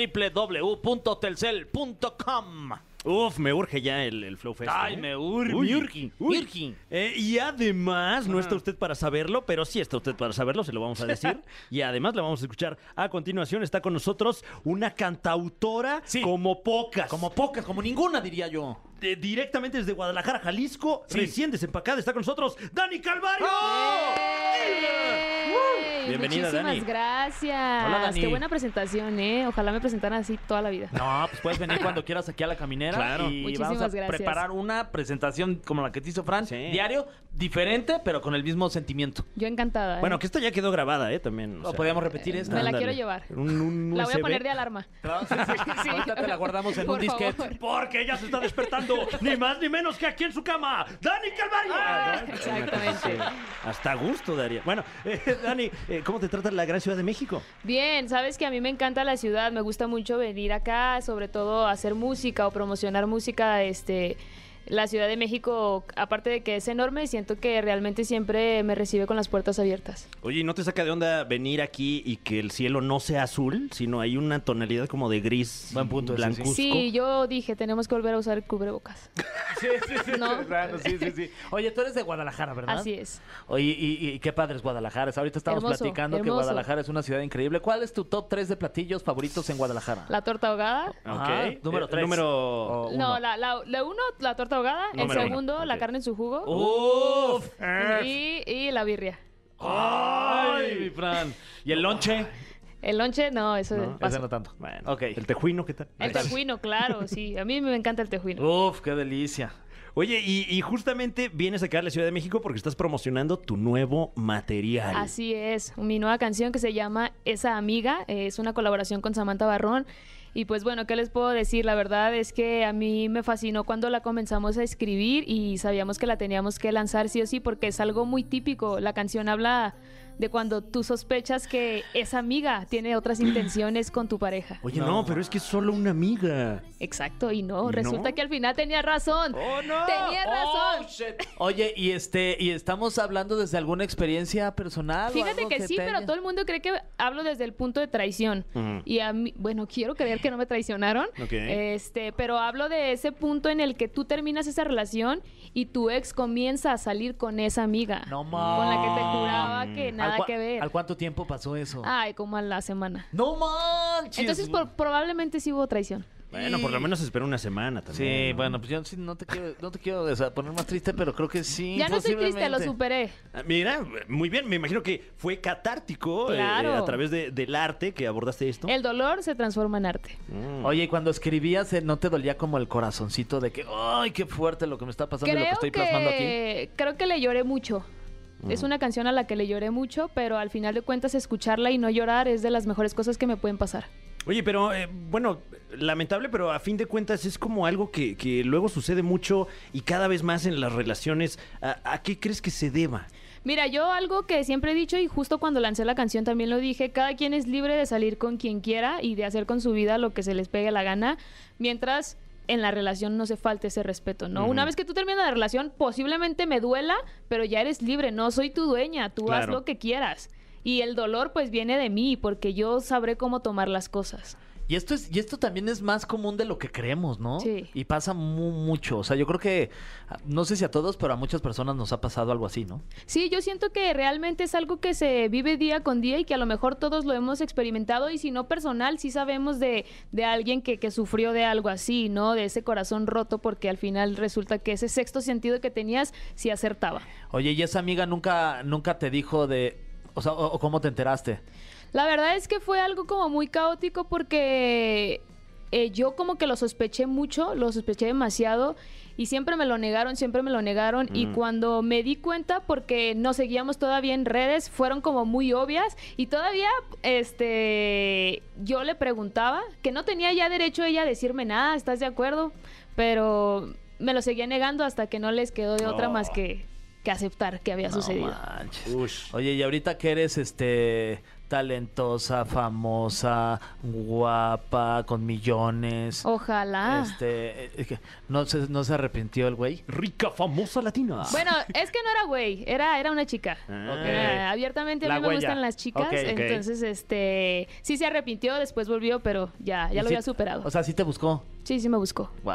Speaker 3: www.telcel.com.
Speaker 2: Uf, me urge ya el, el Flow Fest.
Speaker 3: Ay,
Speaker 2: ¿eh?
Speaker 3: me ur-
Speaker 2: Uy,
Speaker 3: me urge,
Speaker 2: uy.
Speaker 3: urge.
Speaker 2: Eh, y además, no está usted para saberlo, pero sí está usted para saberlo, se lo vamos a (laughs) decir. y además la vamos a escuchar a continuación. Está con nosotros una cantautora
Speaker 3: Sí.
Speaker 2: como pocas.
Speaker 3: Como pocas, como ninguna, diría yo.
Speaker 2: Eh, directamente desde Guadalajara, Jalisco,
Speaker 3: Sí.
Speaker 2: ¡Oh! recién desempacada, está con nosotros Dani Calvario.
Speaker 3: ¡Oh!
Speaker 2: Yeah. Bienvenida,
Speaker 7: muchísimas
Speaker 2: Dani.
Speaker 7: gracias.
Speaker 3: Hola, Dani.
Speaker 7: Qué buena presentación, ¿eh? Ojalá me presentaran así toda la vida.
Speaker 3: No, pues puedes venir cuando quieras aquí a la caminera
Speaker 2: Claro.
Speaker 3: y
Speaker 7: Muchísimas
Speaker 3: vamos a
Speaker 7: gracias.
Speaker 3: preparar una presentación como la que te hizo Fran,
Speaker 2: Sí.
Speaker 3: diario, diferente, pero con el mismo sentimiento.
Speaker 7: Yo encantada. ¿eh?
Speaker 2: Bueno, que esto ya quedó grabada, ¿eh? También. eh,
Speaker 3: No, podíamos repetir esta.
Speaker 7: me la
Speaker 2: Ándale.
Speaker 7: quiero llevar.
Speaker 2: Un, un
Speaker 7: La voy a
Speaker 2: USB.
Speaker 7: poner de alarma.
Speaker 3: Claro, sí, sí.
Speaker 7: (laughs) Sí.
Speaker 3: (laughs) Ahorita te la guardamos en
Speaker 7: Por
Speaker 3: un disquete.
Speaker 7: favor.
Speaker 2: Porque ella se está (laughs) despertando, ni más ni menos que aquí en su cama. ¡Dani Calvario!
Speaker 7: Ah,
Speaker 2: ¿no?
Speaker 7: exactamente.
Speaker 2: Una cosa así. Hasta gusto daría. Bueno, eh, Dani, eh, ¿cómo te trata la gran Ciudad de México?
Speaker 7: Bien, sabes que a mí me encanta la ciudad, me gusta mucho venir acá, sobre todo a hacer música o promocionar música, este la Ciudad de México, aparte de que es enorme, siento que realmente siempre me recibe con las puertas abiertas.
Speaker 2: Oye, ¿y ¿no te saca de onda venir aquí y que el cielo no sea azul, sino hay una tonalidad como de gris,
Speaker 3: Buen punto ese, sí.
Speaker 2: blancuzco?
Speaker 7: Sí, yo dije, tenemos que volver a usar cubrebocas.
Speaker 3: Sí, sí, sí,
Speaker 7: No.
Speaker 3: claro, sí, sí, sí. Oye, tú eres de Guadalajara, ¿verdad?
Speaker 7: Así es.
Speaker 3: Oye, y, y qué padre es Guadalajara. Ahorita estamos
Speaker 7: Hermoso,
Speaker 3: platicando que
Speaker 7: hermoso.
Speaker 3: Guadalajara es una ciudad increíble. ¿Cuál es tu top 3 de platillos favoritos en Guadalajara?
Speaker 7: La torta ahogada.
Speaker 3: Ajá,
Speaker 2: Ok.
Speaker 3: número
Speaker 2: Eh,
Speaker 3: tres.
Speaker 2: Número...
Speaker 3: O uno.
Speaker 7: No, la, la, la uno, la torta ahogada.
Speaker 2: Número
Speaker 7: el
Speaker 2: uno,
Speaker 7: segundo, la
Speaker 2: ok.
Speaker 7: carne en su jugo.
Speaker 3: ¡Uf!
Speaker 7: Y, y la birria.
Speaker 3: ¡Ay, mi Fran! ¿Y el lonche?
Speaker 7: El lonche, no, eso
Speaker 2: No,
Speaker 7: paso.
Speaker 3: Ese no tanto.
Speaker 2: Bueno,
Speaker 3: Ok.
Speaker 2: el tejuino, ¿qué tal?
Speaker 7: El tejuino, claro, sí. A mí me encanta el tejuino.
Speaker 3: ¡Uf, qué delicia!
Speaker 2: Oye, y, y justamente vienes acá a la Ciudad de México porque estás promocionando tu nuevo material.
Speaker 7: Así es, mi nueva canción que se llama Esa Amiga, eh, es una colaboración con Samantha Barrón. Y pues bueno, ¿qué les puedo decir? La verdad es que a mí me fascinó cuando la comenzamos a escribir y sabíamos que la teníamos que lanzar sí o sí porque es algo muy típico. La canción habla de cuando tú sospechas que esa amiga tiene (clears throat) otras intenciones con tu pareja.
Speaker 2: Oye, no. pero es que es solo una amiga.
Speaker 7: Exacto, y no, ¡Oh,
Speaker 2: ¿Y
Speaker 7: resulta
Speaker 2: no?
Speaker 7: que al final tenía razón. Tenía
Speaker 3: Oh,
Speaker 7: razón.
Speaker 3: Oye, y este, y estamos hablando desde alguna experiencia personal. o
Speaker 7: Fíjate
Speaker 3: algo
Speaker 7: que, sí, pero
Speaker 3: tengas?
Speaker 7: todo el mundo cree que hablo desde el punto de traición.
Speaker 2: Ujú.
Speaker 7: Y a mí, bueno, quiero creer que no me traicionaron.
Speaker 2: Ok.
Speaker 7: Este, pero hablo de ese punto en el que tú terminas esa relación y tu ex comienza a salir con esa amiga.
Speaker 3: No
Speaker 7: Con la que te
Speaker 3: mames.
Speaker 7: juraba que
Speaker 3: ¿Al
Speaker 7: nada
Speaker 3: cua-
Speaker 7: que ver.
Speaker 3: ¿Al cuánto tiempo pasó eso?
Speaker 7: Ay, como a la semana.
Speaker 3: No manches.
Speaker 7: Entonces, por- probablemente sí hubo traición.
Speaker 2: Bueno, por lo menos espera una semana también.
Speaker 3: Sí,
Speaker 2: ¿no?
Speaker 3: bueno, pues yo sí no te quiero, no te quiero o sea, poner más triste, pero creo que sí.
Speaker 7: Ya no estoy triste, lo
Speaker 3: posiblemente.
Speaker 7: superé.
Speaker 2: Ah, Mira, muy bien, me imagino que fue catártico eh,
Speaker 7: Claro.
Speaker 2: a través de- del arte que abordaste esto.
Speaker 7: El dolor se transforma en arte.
Speaker 2: Mm.
Speaker 3: Oye, y cuando escribías, eh, ¿no te dolía como el corazoncito de que, ay, qué fuerte lo que me está pasando y lo que estoy plasmando aquí? Mm.
Speaker 7: creo que le lloré mucho. Es una canción a la que le lloré mucho, pero al final de cuentas escucharla y no llorar es de las mejores cosas que me pueden pasar.
Speaker 2: Oye, pero eh, bueno, lamentable, pero a fin de cuentas es como algo que, que luego sucede mucho y cada vez más en las relaciones. ¿A, a qué crees que se deba?
Speaker 7: Mira, yo algo que siempre he dicho y justo cuando lancé la canción también lo dije, cada quien es libre de salir con quien quiera y de hacer con su vida lo que se les pegue la gana, mientras en la relación no se falte ese respeto, ¿no? Una vez que tú terminas la relación, posiblemente me duela, pero ya eres libre, no soy tu dueña, tú haz
Speaker 2: Claro.
Speaker 7: lo que quieras. Y el dolor pues viene de mí, porque yo sabré cómo tomar las cosas.
Speaker 3: Y esto, es, y esto también es más común de lo que creemos, ¿no?
Speaker 7: Sí.
Speaker 3: Y pasa mu- mucho. O sea, yo creo que, ah, no sé si a todos, pero a muchas personas nos ha pasado algo así, ¿no?
Speaker 7: Sí, yo siento que realmente es algo que se vive día con día y que a lo mejor todos lo hemos experimentado y si no personal, sí sabemos de, de alguien que, que sufrió de algo así, ¿no? De ese corazón roto porque al final resulta que ese sexto sentido que tenías sí acertaba.
Speaker 3: Oye, ¿y esa amiga nunca, nunca te dijo de, o sea, o- o cómo te enteraste?
Speaker 7: La verdad es que fue algo como muy caótico porque eh, yo como que lo sospeché mucho, lo sospeché demasiado y siempre me lo negaron, siempre me lo negaron
Speaker 3: Mm.
Speaker 7: y cuando me di cuenta porque nos seguíamos todavía en redes, fueron como muy obvias y todavía este yo le preguntaba que no tenía ya derecho ella a decirme nada, ¿estás de acuerdo? Pero me lo seguía negando hasta que no les quedó de otra
Speaker 2: Oh.
Speaker 7: más que, que aceptar que había sucedido.
Speaker 3: No manches.
Speaker 2: Ush.
Speaker 3: Oye, y ahorita que eres este talentosa, famosa, guapa, con millones.
Speaker 7: Oh, Ojalá.
Speaker 3: Este, eh, eh, que- no se, no se arrepintió el güey.
Speaker 2: Rica, famosa latina.
Speaker 7: Bueno, es que no era güey, era, era una chica.
Speaker 2: Ah.
Speaker 7: Era- abiertamente a
Speaker 3: La
Speaker 7: mí me
Speaker 3: huella.
Speaker 7: gustan las chicas,
Speaker 3: Ok, ok.
Speaker 7: entonces este sí se arrepintió, después volvió, pero ya, ya
Speaker 3: Y
Speaker 7: lo
Speaker 3: sí-
Speaker 7: había superado.
Speaker 3: O sea, sí te buscó.
Speaker 7: sí, sí me buscó.
Speaker 3: Wow.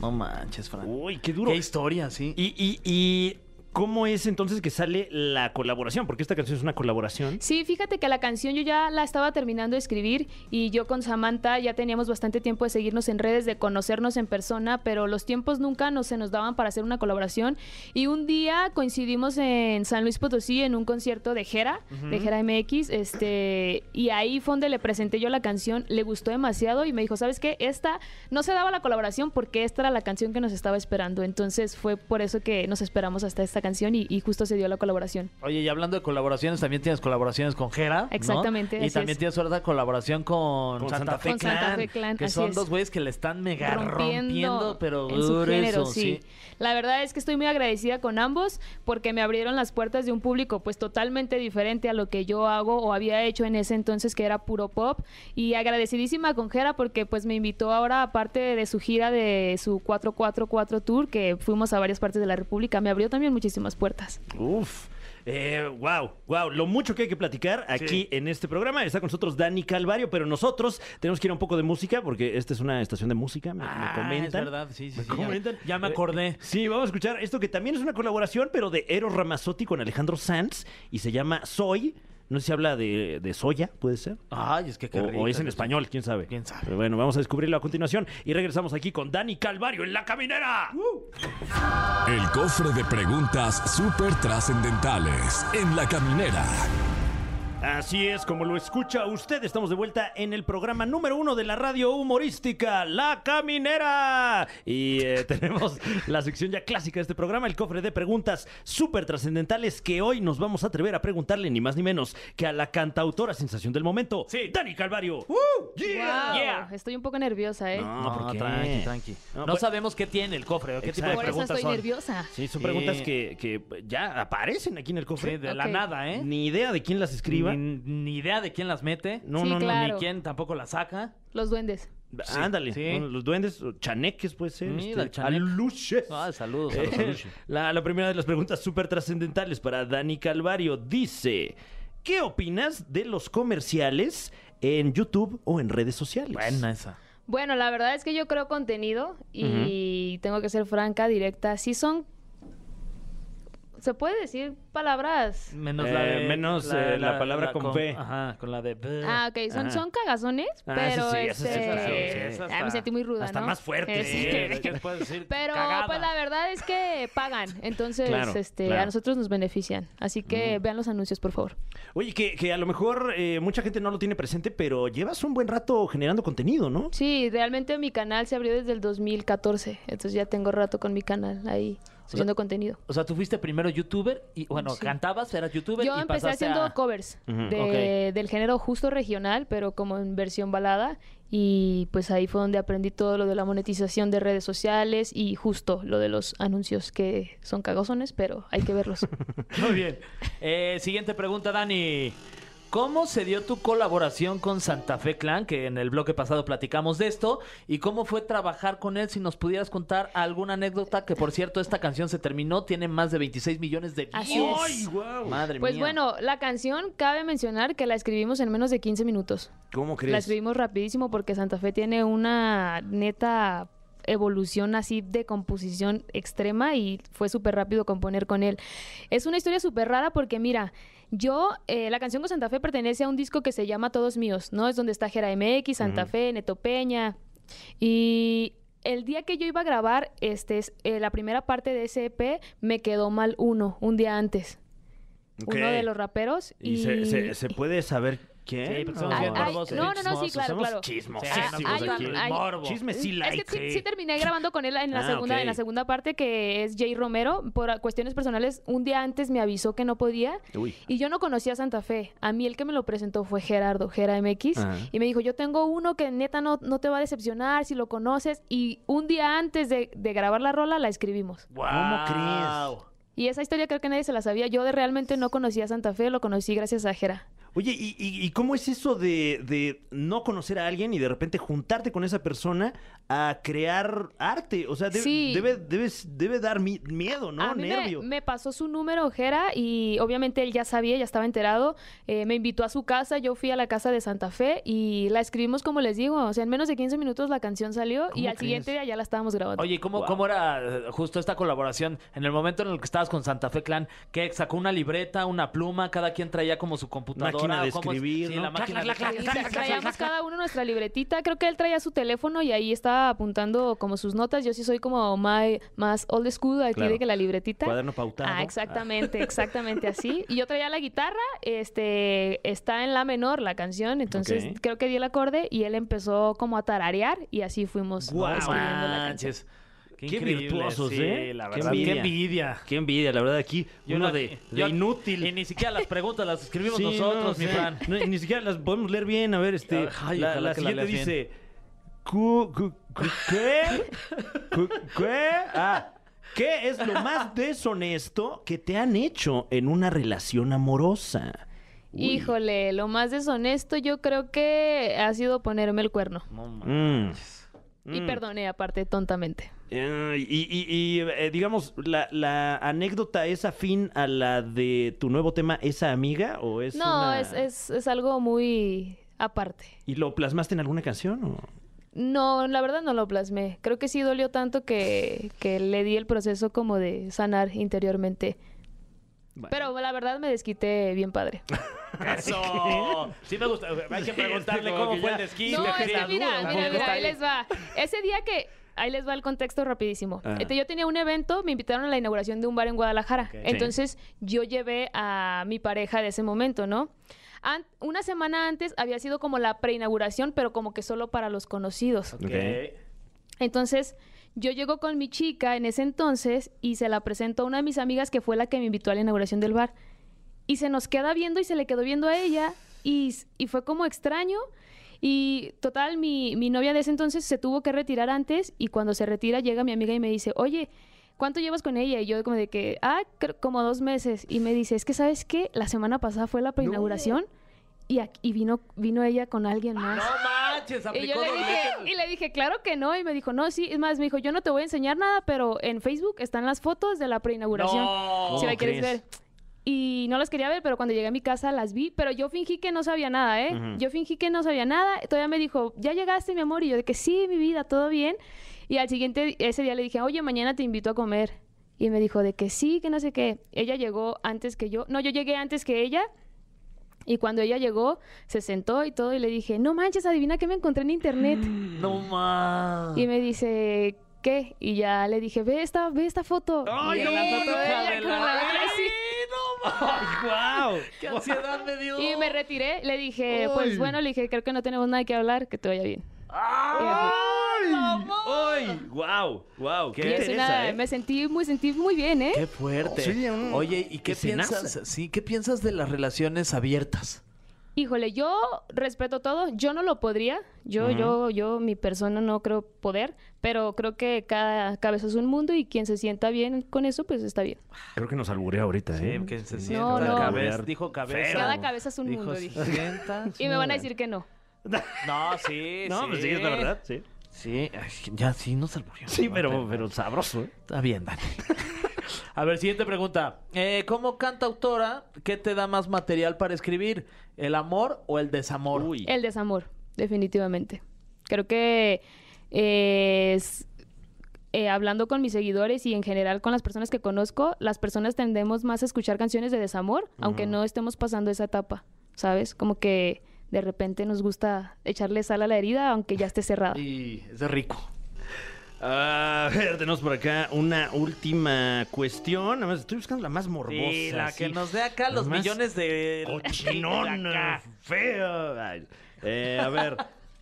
Speaker 3: No manches, Fran.
Speaker 2: Uy, qué Uh, duro.
Speaker 3: Qué historia, sí.
Speaker 2: Y, y, y ¿Cómo es entonces que sale la colaboración? Porque esta canción es una colaboración.
Speaker 7: Sí, fíjate que la canción yo ya la estaba terminando de escribir y yo con Samantha ya teníamos bastante tiempo de seguirnos en redes, de conocernos en persona, pero los tiempos nunca nos, se nos daban para hacer una colaboración. Y un día coincidimos en San Luis Potosí en un concierto de Jera, de Jera MX, este, y ahí fue donde le presenté yo la canción, le gustó demasiado y me dijo, ¿sabes qué? Esta no se daba la colaboración porque esta era la canción que nos estaba esperando. Entonces fue por eso que nos esperamos hasta esta canción y, y justo se dio la colaboración.
Speaker 3: Oye, y hablando de colaboraciones, también tienes colaboraciones con Jera. ¿no?
Speaker 7: Exactamente,
Speaker 3: Y
Speaker 7: así
Speaker 3: también
Speaker 7: es.
Speaker 3: tienes otra colaboración con,
Speaker 2: Con
Speaker 3: Santa,
Speaker 2: Santa
Speaker 3: Fe
Speaker 7: Fe. Con
Speaker 3: Clan.
Speaker 7: Santa Fe Clan,
Speaker 3: que
Speaker 7: así
Speaker 3: son
Speaker 7: es.
Speaker 3: dos güeyes que le están mega rompiendo, pero
Speaker 7: en su
Speaker 3: duro
Speaker 7: género,
Speaker 3: eso,
Speaker 7: sí. La verdad es que estoy muy agradecida con ambos porque me abrieron las puertas de un público pues totalmente diferente a lo que yo hago o había hecho en ese entonces que era puro pop y agradecidísima con Jera porque pues me invitó ahora aparte de su gira de su 444 tour que fuimos a varias partes de la República, me abrió también muchísimas puertas.
Speaker 2: Uf. Eh, wow, wow, lo mucho que hay que platicar aquí en este programa. Está con nosotros Dani Calvario, pero nosotros tenemos que ir a un poco de música porque esta es una estación de música, me, me
Speaker 3: Ah,
Speaker 2: comentan.
Speaker 3: es verdad, sí, sí,
Speaker 2: Me
Speaker 3: sí, ya-
Speaker 2: comentan. Eh,
Speaker 3: ya me acordé.
Speaker 2: Sí, vamos a escuchar esto que también es una colaboración, pero de Eros Ramazzotti con Alejandro Sanz y se llama Soy. No sé si habla de, de soya, puede ser.
Speaker 3: Ay, es que qué
Speaker 2: o,
Speaker 3: rico.
Speaker 2: o es en español, quién sabe.
Speaker 3: Quién sabe.
Speaker 2: Pero bueno, vamos a descubrirlo a continuación y regresamos aquí con Dani Calvario en la caminera.
Speaker 3: ¡Uh!
Speaker 1: El cofre de preguntas súper trascendentales en la caminera.
Speaker 2: Así es, como lo escucha usted, estamos de vuelta en el programa número uno de la radio humorística, La Caminera. Y eh, (laughs) tenemos la sección ya clásica de este programa, el cofre de preguntas súper trascendentales que hoy nos vamos a atrever a preguntarle ni más ni menos que a la cantautora sensación del momento,
Speaker 3: Sí.
Speaker 2: Dani Calvario.
Speaker 7: Wow,
Speaker 3: Yeah.
Speaker 7: Estoy un poco nerviosa, ¿eh?
Speaker 2: No,
Speaker 3: No,
Speaker 2: ¿por qué?
Speaker 3: tranqui, tranqui.
Speaker 2: No,
Speaker 3: No,
Speaker 2: pues-
Speaker 3: sabemos qué tiene el cofre o qué tipo de
Speaker 2: Exacto.
Speaker 7: Por eso
Speaker 3: preguntas
Speaker 7: estoy
Speaker 3: son.
Speaker 7: nerviosa.
Speaker 2: Sí, son
Speaker 3: Sí.
Speaker 2: preguntas que, que ya aparecen aquí en el
Speaker 3: Sí,
Speaker 2: cofre.
Speaker 3: de la
Speaker 7: Ok.
Speaker 3: nada, ¿eh?
Speaker 2: Ni idea de quién las escriba.
Speaker 3: Ni, ni idea de quién las mete.
Speaker 2: No,
Speaker 7: Sí,
Speaker 2: no, no.
Speaker 7: claro.
Speaker 3: Ni quién tampoco las saca.
Speaker 7: Los duendes.
Speaker 3: Sí,
Speaker 2: Ándale,
Speaker 3: sí.
Speaker 2: bueno, los duendes, o chaneques puede ser. este,
Speaker 3: Mira, el chaneque.
Speaker 2: aluches.
Speaker 3: Ah, saludos a los
Speaker 2: Eh,
Speaker 3: Alushi.
Speaker 2: (laughs) la, la primera de las preguntas súper trascendentales para Dani Calvario dice: ¿Qué opinas de los comerciales en YouTube o en redes sociales?
Speaker 3: (laughs) Buena esa.
Speaker 7: Bueno, la verdad es que yo creo contenido y tengo que ser franca, directa. Sí son... ¿Se puede decir palabras?
Speaker 3: Menos
Speaker 2: Eh,
Speaker 3: la de-
Speaker 2: menos, eh, la palabra con P.
Speaker 3: Ajá, con la de.
Speaker 7: Ah, ok. Son,
Speaker 2: Ajá.
Speaker 7: son cagazones,
Speaker 2: Ah,
Speaker 7: pero...
Speaker 2: eso sí, eso sí,
Speaker 7: este...
Speaker 2: eso sí,
Speaker 3: eso sí.
Speaker 7: Ah, me sentí muy ruda,
Speaker 2: Hasta
Speaker 7: ¿no?
Speaker 2: más fuerte.
Speaker 7: Este,
Speaker 2: Eh,
Speaker 3: ¿Qué puedes decir?
Speaker 7: (laughs) Pero
Speaker 3: Cagada.
Speaker 7: pues la verdad es que pagan, entonces
Speaker 2: Claro,
Speaker 7: este
Speaker 2: claro. Mm.
Speaker 7: a nosotros nos benefician. Así que vean los anuncios, por favor.
Speaker 2: Oye, que, que a lo mejor eh, mucha gente no lo tiene presente, pero llevas un buen rato generando contenido, ¿no?
Speaker 7: Sí, realmente mi canal se abrió desde el 2014, entonces ya tengo rato con mi canal ahí subiendo contenido.
Speaker 3: O sea, tú fuiste primero youtuber y, bueno,
Speaker 7: Sí.
Speaker 3: cantabas, eras youtuber
Speaker 7: Yo
Speaker 3: y
Speaker 7: empecé
Speaker 3: pasaste
Speaker 7: haciendo
Speaker 3: a-
Speaker 7: covers
Speaker 2: Ujú,
Speaker 7: de- del género justo regional, pero como en versión balada. Y pues ahí fue donde aprendí todo lo de la monetización de redes sociales y justo lo de los anuncios que son cagosones, pero hay que
Speaker 3: (laughs)
Speaker 7: verlos.
Speaker 3: (laughs) Muy bien. Eh, siguiente pregunta, Dani. ¿Cómo se dio tu colaboración con Santa Fe Clan? Que en el bloque pasado platicamos de esto. ¿Y cómo fue trabajar con él? Si nos pudieras contar alguna anécdota, que por cierto, esta canción se terminó, tiene más de 26 millones de views.
Speaker 7: Así es.
Speaker 2: ¡Ay, guau!
Speaker 3: Madre
Speaker 7: pues
Speaker 3: mía.
Speaker 7: bueno, la canción cabe mencionar que la escribimos en menos de 15 minutos.
Speaker 2: ¿Cómo
Speaker 7: La
Speaker 2: crees?
Speaker 7: escribimos rapidísimo porque Santa Fe tiene una neta evolución así de composición extrema y fue súper rápido componer con él. Es una historia súper rara porque mira, yo, eh, la canción con Santa Fe pertenece a un disco que se llama Todos Míos, ¿no? Es donde está Jera MX, Santa Fe, Neto Peña. Y el día que yo iba a grabar este, es- eh, la primera parte de ese EP, me quedó mal uno, un día antes.
Speaker 2: Ok.
Speaker 7: Uno de los raperos.
Speaker 2: ¿Y, se, se- se puede saber quién?
Speaker 3: Sí, porque somos
Speaker 2: ¿O-
Speaker 7: Ay,
Speaker 3: bien
Speaker 7: ay,
Speaker 3: morbosos.
Speaker 7: no, no, no, sí,
Speaker 3: Chismosos.
Speaker 7: claro,
Speaker 2: Somos
Speaker 7: claro. Ah,
Speaker 2: chismosísimos
Speaker 7: Sí, hay-
Speaker 2: aquí.
Speaker 7: hay-
Speaker 3: pues Morbo.
Speaker 2: Chisme sí like.
Speaker 7: Es que sí, sí terminé grabando con él en la
Speaker 2: Ah,
Speaker 7: segunda,
Speaker 2: ok.
Speaker 7: en la segunda parte que es Jay Romero. Por ah, cuestiones personales, un día antes me avisó que no podía.
Speaker 2: Uy.
Speaker 7: Y yo no conocía a Santa Fe. A mí el que me lo presentó fue Gerardo, Gera MX.
Speaker 2: Ajá.
Speaker 7: Y me dijo, yo tengo uno que neta no, no te va a decepcionar si lo conoces. Y un día antes de, de grabar la rola la escribimos.
Speaker 2: ¿Cómo crees?
Speaker 7: Y esa historia creo que nadie se la sabía. Yo de realmente no conocía a Santa Fe, lo conocí gracias a Gera.
Speaker 2: Oye, ¿y, y- y cómo es eso de, de no conocer a alguien y de repente juntarte con esa persona a crear arte? O sea, de-
Speaker 7: Sí.
Speaker 2: debe, debes- debe dar mi- miedo, ¿no?
Speaker 7: A mí me-
Speaker 2: Nervio.
Speaker 7: Me, pasó su número Ojera y obviamente él ya sabía, ya estaba enterado. Eh, me invitó a su casa, yo fui a la casa de Santa Fe y la escribimos como les digo. O sea, en menos de 15 minutos la canción salió y
Speaker 2: ¿Cómo
Speaker 7: al siguiente
Speaker 2: crees?
Speaker 7: día ya la estábamos grabando.
Speaker 3: Oye, ¿y ¿cómo,
Speaker 2: Wow.
Speaker 3: ¿cómo era eh, justo esta colaboración? En el momento en el que estabas con Santa Fe Clan, que sacó una libreta, una pluma, cada quien traía como su computadora.
Speaker 2: Máquina de
Speaker 3: o cómo es-
Speaker 2: escribir,
Speaker 3: Sí,
Speaker 2: ¿no?
Speaker 3: la máquina de-
Speaker 7: Y tra- traíamos cada uno nuestra libretita. Creo que él traía su teléfono y ahí estaba apuntando como sus notas. Yo sí soy como my- más old school aquí
Speaker 2: Claro.
Speaker 7: de que la libretita.
Speaker 2: Cuaderno pautado.
Speaker 7: Ah, exactamente, exactamente
Speaker 2: (laughs)
Speaker 7: así. Y yo traía la guitarra, este, está en la menor la canción, entonces
Speaker 2: Ok.
Speaker 7: creo que di el acorde y él empezó como a tararear y así fuimos
Speaker 3: No
Speaker 2: Guau.
Speaker 7: escribiendo la canción.
Speaker 3: manches. Qué,
Speaker 2: Qué
Speaker 3: increíble,
Speaker 2: virtuosos,
Speaker 3: sí,
Speaker 2: ¿eh?
Speaker 3: la
Speaker 2: Qué
Speaker 3: verdad. Qué envidia.
Speaker 2: envidia. Qué envidia, la verdad, aquí
Speaker 3: Yo
Speaker 2: uno
Speaker 3: no-
Speaker 2: de, de
Speaker 3: yo-
Speaker 2: inútil.
Speaker 3: Y ni siquiera las preguntas las escribimos
Speaker 2: Sí, no,
Speaker 3: nosotros, mi
Speaker 2: sí.
Speaker 3: Fran.
Speaker 2: No, ni siquiera las podemos leer bien. A ver, este.
Speaker 3: Ay,
Speaker 2: la,
Speaker 3: ojalá
Speaker 2: la
Speaker 3: que la
Speaker 2: siguiente
Speaker 3: leas bien.
Speaker 2: dice. "Cu- cu- cu- ¿Qué? Cu- ¿Qué? Ah, ¿Qué es lo
Speaker 3: (laughs)
Speaker 2: más deshonesto que te han hecho en una relación amorosa? Uy.
Speaker 7: Híjole, lo más deshonesto yo creo que ha sido ponerme el cuerno.
Speaker 3: No, ma-
Speaker 2: Mm,
Speaker 7: Y
Speaker 2: mm.
Speaker 7: perdoné aparte tontamente.
Speaker 2: Eh, y, y- y, eh, digamos, la, la anécdota es afín a la de tu nuevo tema, esa amiga, o es
Speaker 7: no,
Speaker 2: una-
Speaker 7: es, es, es algo muy aparte.
Speaker 2: ¿Y lo plasmaste en alguna canción? o?
Speaker 7: No, la verdad no lo plasmé. Creo que sí dolió tanto que, que le di el proceso como de sanar interiormente. Pero la verdad me desquité bien padre.
Speaker 3: Eso. (laughs) Sí me gusta. Hay que preguntarle
Speaker 2: como
Speaker 3: cómo
Speaker 2: que
Speaker 3: fue el
Speaker 2: ya-
Speaker 3: desquite.
Speaker 7: No, es
Speaker 3: Fran.
Speaker 7: que mira,
Speaker 3: Duda,
Speaker 7: mira,
Speaker 3: porque
Speaker 7: mira,
Speaker 3: está
Speaker 7: ahí les va. Ese día que... Ahí les va el contexto rapidísimo.
Speaker 2: Ah.
Speaker 7: Este, Yo tenía un evento, me invitaron a la inauguración de un bar en Guadalajara. Entonces yo llevé a mi pareja de ese momento, ¿no? An- una semana antes había sido como la preinauguración, pero como que solo para los conocidos.
Speaker 3: Ok.
Speaker 7: Entonces, yo llego con mi chica en ese entonces y se la presento a una de mis amigas que fue la que me invitó a la inauguración del bar. Y se nos queda viendo y se le quedó viendo a ella y, s- y fue como extraño. Y total, mi, mi novia de ese entonces se tuvo que retirar antes y cuando se retira llega mi amiga y me dice, oye, ¿cuánto llevas con ella? Y yo como de que, ah, cr- como dos meses. Y me dice, es que ¿sabes qué? La semana pasada fue la preinauguración y, ac- y vino, vino ella con alguien más.
Speaker 3: Ah, No manches,
Speaker 7: Ah. Y yo
Speaker 3: aplicó
Speaker 7: le dije,
Speaker 3: doblete.
Speaker 7: y le dije, claro que no. Y me dijo, no, sí. Es más, me dijo, yo no te voy a enseñar nada, pero en Facebook están las fotos de la preinauguración.
Speaker 3: No.
Speaker 7: si la
Speaker 2: ¿Cómo
Speaker 7: quieres
Speaker 2: crees?
Speaker 7: ver. Y no las quería ver, pero cuando llegué a mi casa las vi. Pero yo fingí que no sabía nada, ¿eh?
Speaker 2: Ujú.
Speaker 7: Yo fingí que no sabía nada. Todavía me dijo, ¿ya llegaste, mi amor? Y yo de que sí, mi vida, todo bien. Y al siguiente, ese día le dije, oye, mañana te invito a comer. Y me dijo de que sí, que no sé qué. Ella llegó antes que yo. No, yo llegué antes que ella. Y cuando ella llegó, se sentó y todo, y le dije, no manches, adivina que me encontré en internet.
Speaker 3: No más.
Speaker 7: Y me dice, ¿qué? Y ya le dije, ve esta, ve esta foto.
Speaker 3: ¡Ay,
Speaker 7: y
Speaker 3: no!
Speaker 7: la foto de
Speaker 3: hija
Speaker 7: ella
Speaker 3: de
Speaker 7: con
Speaker 3: la-
Speaker 7: la otra
Speaker 3: ¡Ay,
Speaker 7: así.
Speaker 3: no más!
Speaker 2: ¡Guau!
Speaker 3: ¡Qué ansiedad me dio!
Speaker 7: Y me retiré, le dije, pues bueno, le dije, creo que no tenemos nada que hablar, que te vaya bien.
Speaker 2: Ah.
Speaker 3: ¡Ay!
Speaker 2: ¡Ay! ¡Guau! ¡Guau! ¡Qué
Speaker 7: Y es
Speaker 2: interesa,
Speaker 7: una-
Speaker 2: eh!
Speaker 7: Me sentí muy, sentí muy bien, ¿eh?
Speaker 3: ¡Qué fuerte!
Speaker 2: Sí, un-
Speaker 3: Oye, ¿y qué
Speaker 2: escenaza.
Speaker 3: piensas? Sí, ¿qué piensas de las relaciones abiertas?
Speaker 7: Híjole, yo respeto todo, yo no lo podría, yo, yo, yo, mi persona no creo poder, pero creo que cada cabeza es un mundo y quien se sienta bien con eso, pues está bien.
Speaker 2: Creo que nos alburea ahorita, ¿eh?
Speaker 3: que se
Speaker 7: No, no.
Speaker 3: Cabeza, dijo cabeza.
Speaker 2: Feo.
Speaker 7: Cada cabeza es un
Speaker 3: Dijo,
Speaker 7: mundo,
Speaker 3: "Se
Speaker 7: dije.
Speaker 3: sienta".
Speaker 7: (laughs) Y me van a decir que no.
Speaker 3: No, sí,
Speaker 2: No,
Speaker 3: sí.
Speaker 2: pues sí, es la verdad, sí.
Speaker 3: Sí, ay, ya sí nos alburió.
Speaker 2: Sí,
Speaker 3: No,
Speaker 2: pero, pero sabroso, ¿eh?
Speaker 3: Está bien, Dani. A ver, siguiente pregunta. Eh, ¿Cómo cantautora, qué te da más material para escribir? ¿El amor o el desamor?
Speaker 2: Uy.
Speaker 7: El desamor, definitivamente. Creo que eh, es- eh, hablando con mis seguidores y en general con las personas que conozco, las personas tendemos más a escuchar canciones de desamor, aunque no estemos pasando esa etapa, ¿sabes? Como que de repente nos gusta echarle sal a la herida, aunque ya esté cerrada.
Speaker 3: Y es de rico.
Speaker 2: A ver, tenemos por acá una última cuestión. Nada más estoy buscando la más morbosa.
Speaker 3: Sí, la que
Speaker 2: sí.
Speaker 3: nos dé acá los
Speaker 2: Nomás
Speaker 3: millones de... de
Speaker 2: Cochinona,
Speaker 3: acá.
Speaker 2: fea. Ay. Eh, a ver.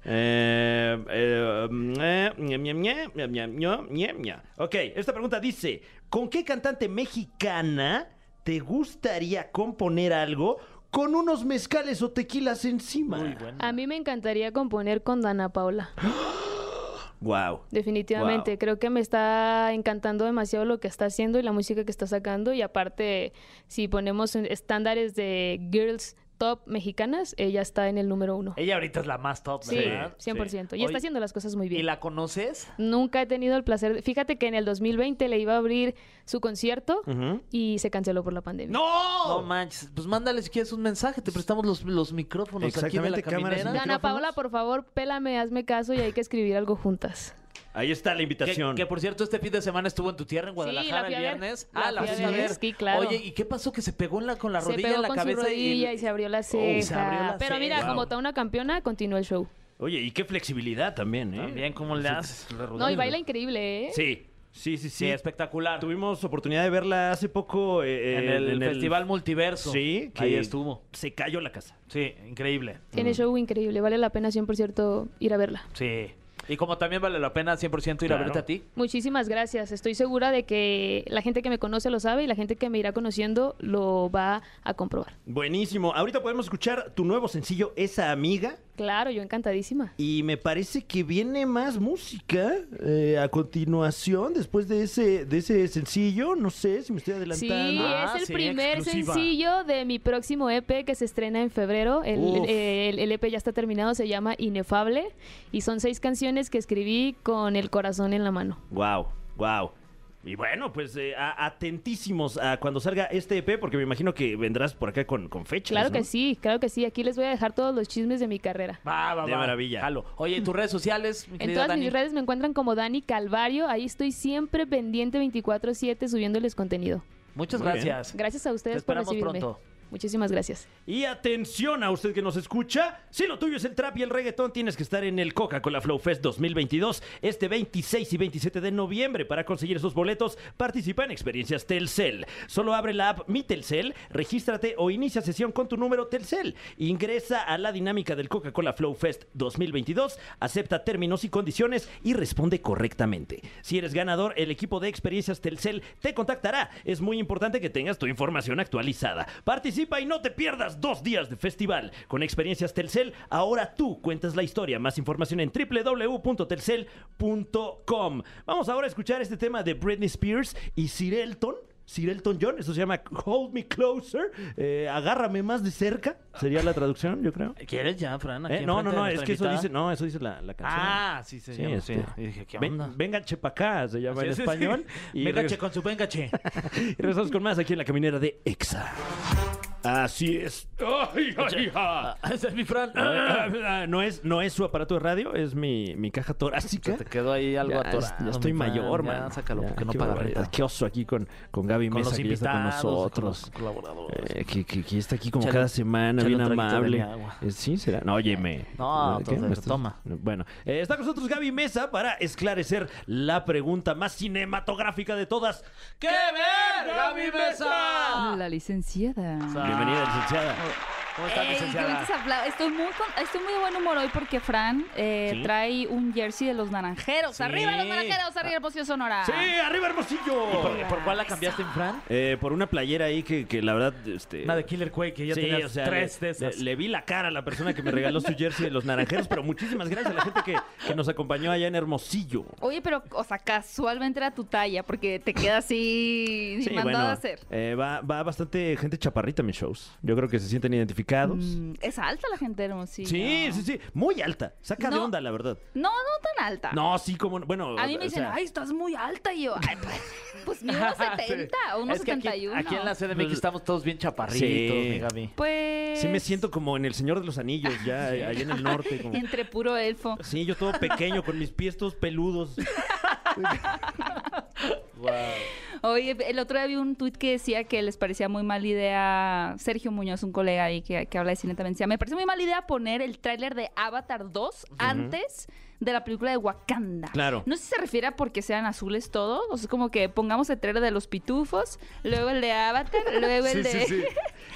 Speaker 2: Eh, eh, mm, eh, ñe, ñe, ñe, ñe, ñe, ño, ñe, ñe. Ok, esta pregunta dice: ¿Con qué cantante mexicana te gustaría componer algo con unos mezcales o tequilas encima?
Speaker 3: Muy bueno.
Speaker 7: A mí me encantaría componer con Dana Paula,
Speaker 2: Wow.
Speaker 7: definitivamente.
Speaker 2: Wow.
Speaker 7: Creo que me está encantando demasiado lo que está haciendo y la música que está sacando. Y aparte, si ponemos en estándares de girls top mexicanas, ella está en el número uno.
Speaker 3: Ella ahorita es la más top,
Speaker 7: Sí,
Speaker 3: ¿verdad?
Speaker 7: 100%. Y
Speaker 3: Oye,
Speaker 7: está haciendo las cosas muy bien.
Speaker 3: ¿Y la conoces?
Speaker 7: Nunca he tenido el placer. de- Fíjate que en el 2020 le iba a abrir su concierto
Speaker 2: Ujú.
Speaker 7: y se canceló por la pandemia.
Speaker 3: No manches, pues mándale si quieres un mensaje, te prestamos los, los micrófonos aquí de la
Speaker 2: Exactamente, cámaras y
Speaker 3: caminera.
Speaker 7: Dana Paola, por favor, pélame, hazme caso y hay que escribir algo juntas.
Speaker 2: Ahí está la
Speaker 3: Que,
Speaker 2: invitación.
Speaker 3: que, por cierto, este fin de semana estuvo en tu tierra, en Guadalajara, el
Speaker 7: fui a ver.
Speaker 3: viernes.
Speaker 7: La
Speaker 3: ah, la
Speaker 7: fui a
Speaker 3: fuiste a
Speaker 7: ver.
Speaker 3: ver.
Speaker 7: Sí, claro.
Speaker 3: Oye, ¿y qué pasó? Que se pegó en la, con la
Speaker 7: Se
Speaker 3: rodilla
Speaker 7: pegó
Speaker 3: en ¿Eh? la
Speaker 7: con su
Speaker 3: cabeza. Oh,
Speaker 7: rodilla y se abrió la
Speaker 3: abrió la
Speaker 7: ceja.
Speaker 3: ceja.
Speaker 7: Pero mira,
Speaker 3: Wow.
Speaker 7: como está una campeona, continúa el show.
Speaker 2: Oye, y qué flexibilidad también, ¿eh?
Speaker 3: También, ¿cómo le haces? La rodilla.
Speaker 7: No, y baila increíble, ¿eh?
Speaker 2: Sí, sí, sí,
Speaker 3: Sí,
Speaker 2: sí.
Speaker 3: espectacular.
Speaker 2: Tuvimos oportunidad de verla hace poco eh,
Speaker 3: en el Festival Multiverso.
Speaker 2: Sí, que
Speaker 3: ahí estuvo.
Speaker 2: Se cayó la casa.
Speaker 3: Sí, increíble.
Speaker 7: Tiene show increíble, vale la pena 100% ir a verla.
Speaker 3: Sí. Y como también vale la pena 100% ir a
Speaker 2: Claro.
Speaker 3: verte a ti.
Speaker 7: Muchísimas gracias. Estoy segura de que la gente que me conoce lo sabe y la gente que me irá conociendo lo va a comprobar.
Speaker 2: Buenísimo. Ahorita podemos escuchar tu nuevo sencillo, Esa Amiga.
Speaker 7: Claro, yo encantadísima.
Speaker 2: Y me parece que viene más música eh, a continuación, después de ese, de ese sencillo. No sé si me estoy
Speaker 7: Sí,
Speaker 2: adelantando.
Speaker 3: Ah,
Speaker 7: es el
Speaker 3: sí,
Speaker 7: primer
Speaker 3: exclusiva.
Speaker 7: sencillo de mi próximo EP que se estrena en febrero. El,
Speaker 2: Uf.
Speaker 7: el- el EP ya está terminado, se llama Inefable y son seis canciones que escribí con el corazón en la mano.
Speaker 2: Wow, wow. Y bueno, pues eh, a- atentísimos a cuando salga este EP, porque me imagino que vendrás por acá con, con fechas.
Speaker 7: Claro que
Speaker 2: ¿no?
Speaker 7: sí, claro que sí. Aquí les voy a dejar todos los chismes de mi carrera.
Speaker 3: Va, va,
Speaker 2: De
Speaker 3: va.
Speaker 2: maravilla.
Speaker 3: Jalo. Oye, tus redes sociales, mi
Speaker 7: En
Speaker 3: querida
Speaker 7: todas
Speaker 3: Dani?
Speaker 7: mis redes me encuentran como Dani Calvario. Ahí estoy siempre pendiente 24/7 subiéndoles contenido.
Speaker 3: Muchas
Speaker 2: Muy bien.
Speaker 3: gracias.
Speaker 7: Gracias a ustedes
Speaker 3: Te esperamos
Speaker 7: por recibirme.
Speaker 3: pronto.
Speaker 7: Muchísimas gracias.
Speaker 2: Y atención a usted que nos escucha, si lo tuyo es el trap y el reggaetón, tienes que estar en el Coca-Cola Flow Fest 2022 este 26 y 27 de noviembre. Para conseguir esos boletos, participa en experiencias Telcel. Solo abre la app Mi Telcel, regístrate o inicia sesión con tu número Telcel. Ingresa a la dinámica del Coca-Cola Flow Fest 2022, acepta términos y condiciones y responde correctamente. Si eres ganador, el equipo de experiencias Telcel te contactará. Es muy importante que tengas tu información actualizada. Participa y no te pierdas dos días de festival. Con experiencias Telcel, ahora tú cuentas la historia. Más información en www.telcel.com. Vamos ahora a escuchar este tema de Britney Spears y Sir Elton. Sir Elton John, eso se llama Hold Me Closer, eh, agárrame más de cerca, sería la traducción, yo creo.
Speaker 3: ¿Quieres ya, Fran? aquí
Speaker 2: Eh, no,
Speaker 3: enfrente
Speaker 2: no,
Speaker 3: de
Speaker 2: no, es
Speaker 3: nuestra
Speaker 2: que eso
Speaker 3: invitada?
Speaker 2: dice, no, eso dice la, la canción.
Speaker 3: Ah, sí, sí,
Speaker 2: Sí,
Speaker 3: sí. yo
Speaker 2: este,
Speaker 3: sí. Y dije, ¿qué
Speaker 2: ven-
Speaker 3: onda?
Speaker 2: vengan chepacá, se llama en
Speaker 3: Sí, sí, sí.
Speaker 2: español. Y
Speaker 3: Venga,
Speaker 2: regres-
Speaker 3: che, con su venga, che.
Speaker 2: (laughs) y regresamos con más aquí en la caminera de Exa. Así es. ¡Ay, ay, ja!
Speaker 3: Ah, Ese es
Speaker 2: (laughs)
Speaker 3: mi Fran.
Speaker 2: Ah, ah, No es, no es su aparato de radio, es mi, mi caja torácica.
Speaker 3: Te quedó ahí algo
Speaker 2: Ya,
Speaker 3: atorado.
Speaker 2: ya estoy
Speaker 3: mi Fran,
Speaker 2: mayor,
Speaker 3: ya,
Speaker 2: man.
Speaker 3: Sácalo,
Speaker 2: Ya,
Speaker 3: porque no
Speaker 2: qué
Speaker 3: paga
Speaker 2: barbaridad.
Speaker 3: renta.
Speaker 2: Qué oso aquí con, con Gaby
Speaker 3: Con
Speaker 2: Mesa,
Speaker 3: los
Speaker 2: que ya está con
Speaker 3: invitados, con los
Speaker 2: nosotros.
Speaker 3: colaboradores.
Speaker 2: Eh, que, que- que está aquí como
Speaker 3: Échale-
Speaker 2: cada semana,
Speaker 3: échale
Speaker 2: bien
Speaker 3: Pues, un traguito de mi
Speaker 2: amable.
Speaker 3: agua.
Speaker 2: Eh, Sí, será. No, óyeme.
Speaker 3: No,
Speaker 2: ¿Qué?
Speaker 3: entonces,
Speaker 2: ¿Me estás-
Speaker 3: toma.
Speaker 2: Bueno, eh, está con nosotros Gaby Mesa para esclarecer la pregunta más cinematográfica de todas.
Speaker 3: ¡Qué ver, Gaby Mesa!
Speaker 8: La licenciada.
Speaker 2: Bienvenida, licenciada.
Speaker 3: ¿Cómo estás,
Speaker 8: Ah. Ey,
Speaker 3: licenciada?
Speaker 8: diferentes apla- Estoy muy, con- estoy muy de buen humor hoy porque Fran eh,
Speaker 2: ¿Sí?
Speaker 8: trae un jersey de los naranjeros.
Speaker 3: Sí.
Speaker 8: ¡Arriba los naranjeros! ¡Arriba Hermosillo Sonora!
Speaker 2: ¡Sí, arriba, hermosillo!
Speaker 3: ¿Por, por cuál la cambiaste en Fran?
Speaker 2: Eh, por una playera ahí que, que la verdad. Este...
Speaker 3: Una de Killer Quake, que ya
Speaker 2: Sí,
Speaker 3: tenías
Speaker 2: o sea,
Speaker 3: tres
Speaker 2: le,
Speaker 3: de esas.
Speaker 2: le- le vi la cara a la persona que me regaló su jersey de los naranjeros, pero muchísimas gracias a la gente que, que nos acompañó allá en Hermosillo.
Speaker 8: Oye, pero, o sea, casualmente era tu talla porque te queda así
Speaker 2: Sí,
Speaker 8: mandado
Speaker 2: bueno,
Speaker 8: a hacer.
Speaker 2: eh, va, va bastante gente chaparrita a mis shows. Yo creo que se sienten identificados.
Speaker 8: Mm, es alta la gente de hermosillo.
Speaker 2: sí, sí, sí. Muy alta. Saca de
Speaker 8: No.
Speaker 2: onda, la verdad.
Speaker 8: No, no tan alta.
Speaker 2: No, sí, como... no. Bueno,
Speaker 8: A mí
Speaker 2: o
Speaker 8: me dicen,
Speaker 2: sea,
Speaker 8: ay, estás muy alta. Y yo, ay, pues,
Speaker 2: (laughs)
Speaker 8: pues mido unos 70 o unos
Speaker 3: Es que aquí-
Speaker 8: 71.
Speaker 3: Aquí, en la CDMX estamos todos bien chaparritos,
Speaker 2: Sí.
Speaker 3: mi Gaby.
Speaker 8: Pues.
Speaker 2: Sí me siento como en El Señor de los Anillos, ya allá en el norte. como-
Speaker 8: Entre puro elfo.
Speaker 2: Sí, yo todo pequeño, con mis pies todos peludos.
Speaker 8: Oye, el otro día vi un tuit que decía que les parecía muy mala idea. Sergio Muñoz, un colega ahí que, que habla de cine, también decía: Me parece muy mala idea poner el tráiler de Avatar 2 antes de la película de Wakanda.
Speaker 2: Claro.
Speaker 8: No sé si se refiere a porque sean azules todos. O sea, como que pongamos el tráiler de los pitufos, luego el de Avatar, luego el de.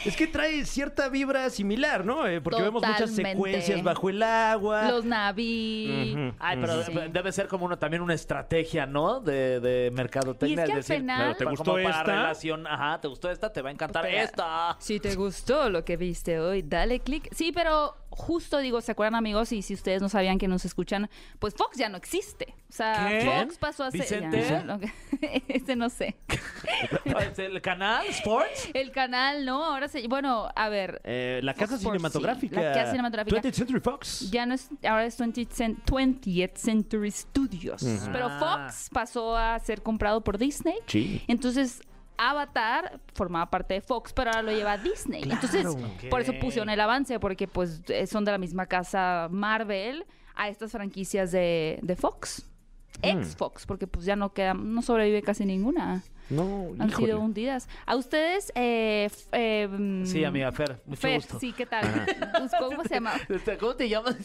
Speaker 2: Es que trae cierta vibra similar, ¿no? Eh, porque vemos muchas
Speaker 8: Totalmente.
Speaker 2: secuencias bajo el agua.
Speaker 8: Los naví.
Speaker 2: Ujú.
Speaker 3: Ay, pero
Speaker 8: Sí.
Speaker 3: de- debe ser como uno, también una estrategia, ¿no? De, de mercadotecnia.
Speaker 8: Y es que al
Speaker 3: decir,
Speaker 8: final- Claro,
Speaker 2: ¿te
Speaker 3: pa-
Speaker 2: gustó
Speaker 3: como para
Speaker 2: esta?
Speaker 3: relación- Ajá, ¿te gustó esta? Te va a encantar
Speaker 8: Espera.
Speaker 3: esta.
Speaker 8: Si te gustó lo que viste hoy, dale click. Sí, pero justo digo, ¿se acuerdan amigos? Y si ustedes no sabían que nos escuchan, pues Fox ya no existe. O sea,
Speaker 3: ¿Qué?
Speaker 8: Fox pasó a ser.
Speaker 3: ¿Vicente?
Speaker 8: ya, lo que- (laughs) Este no sé.
Speaker 3: ¿Es el canal Sports?
Speaker 8: El canal, ¿no? Ahora se. Bueno, a ver.
Speaker 2: Eh, la
Speaker 8: Fox
Speaker 2: casa
Speaker 8: Sports,
Speaker 2: cinematográfica.
Speaker 8: sí, la casa cinematográfica.
Speaker 2: 20th Century Fox.
Speaker 8: Ya no es. Ahora es 20th, cen- 20th Century Studios.
Speaker 2: Ujú.
Speaker 8: Pero
Speaker 3: Ah.
Speaker 8: Fox pasó a ser comprado por Disney.
Speaker 2: Sí.
Speaker 8: Entonces. Avatar formaba parte de Fox, pero ahora lo lleva a Disney. Entonces, por eso pusieron el avance, porque pues eh, son de la misma casa Marvel a estas franquicias de, de Fox.
Speaker 2: Mm.
Speaker 8: Ex Fox, porque pues ya no queda, no sobrevive casi ninguna.
Speaker 2: No,
Speaker 8: Han
Speaker 2: híjole.
Speaker 8: sido hundidas. A ustedes, eh, f- eh, mm,
Speaker 3: Sí, amiga Fer, mucho
Speaker 8: Fer,
Speaker 3: gusto.
Speaker 8: sí, ¿qué tal?
Speaker 2: (laughs)
Speaker 8: Pues, ¿Cómo se llama?
Speaker 3: Este, ¿Cómo te llamas?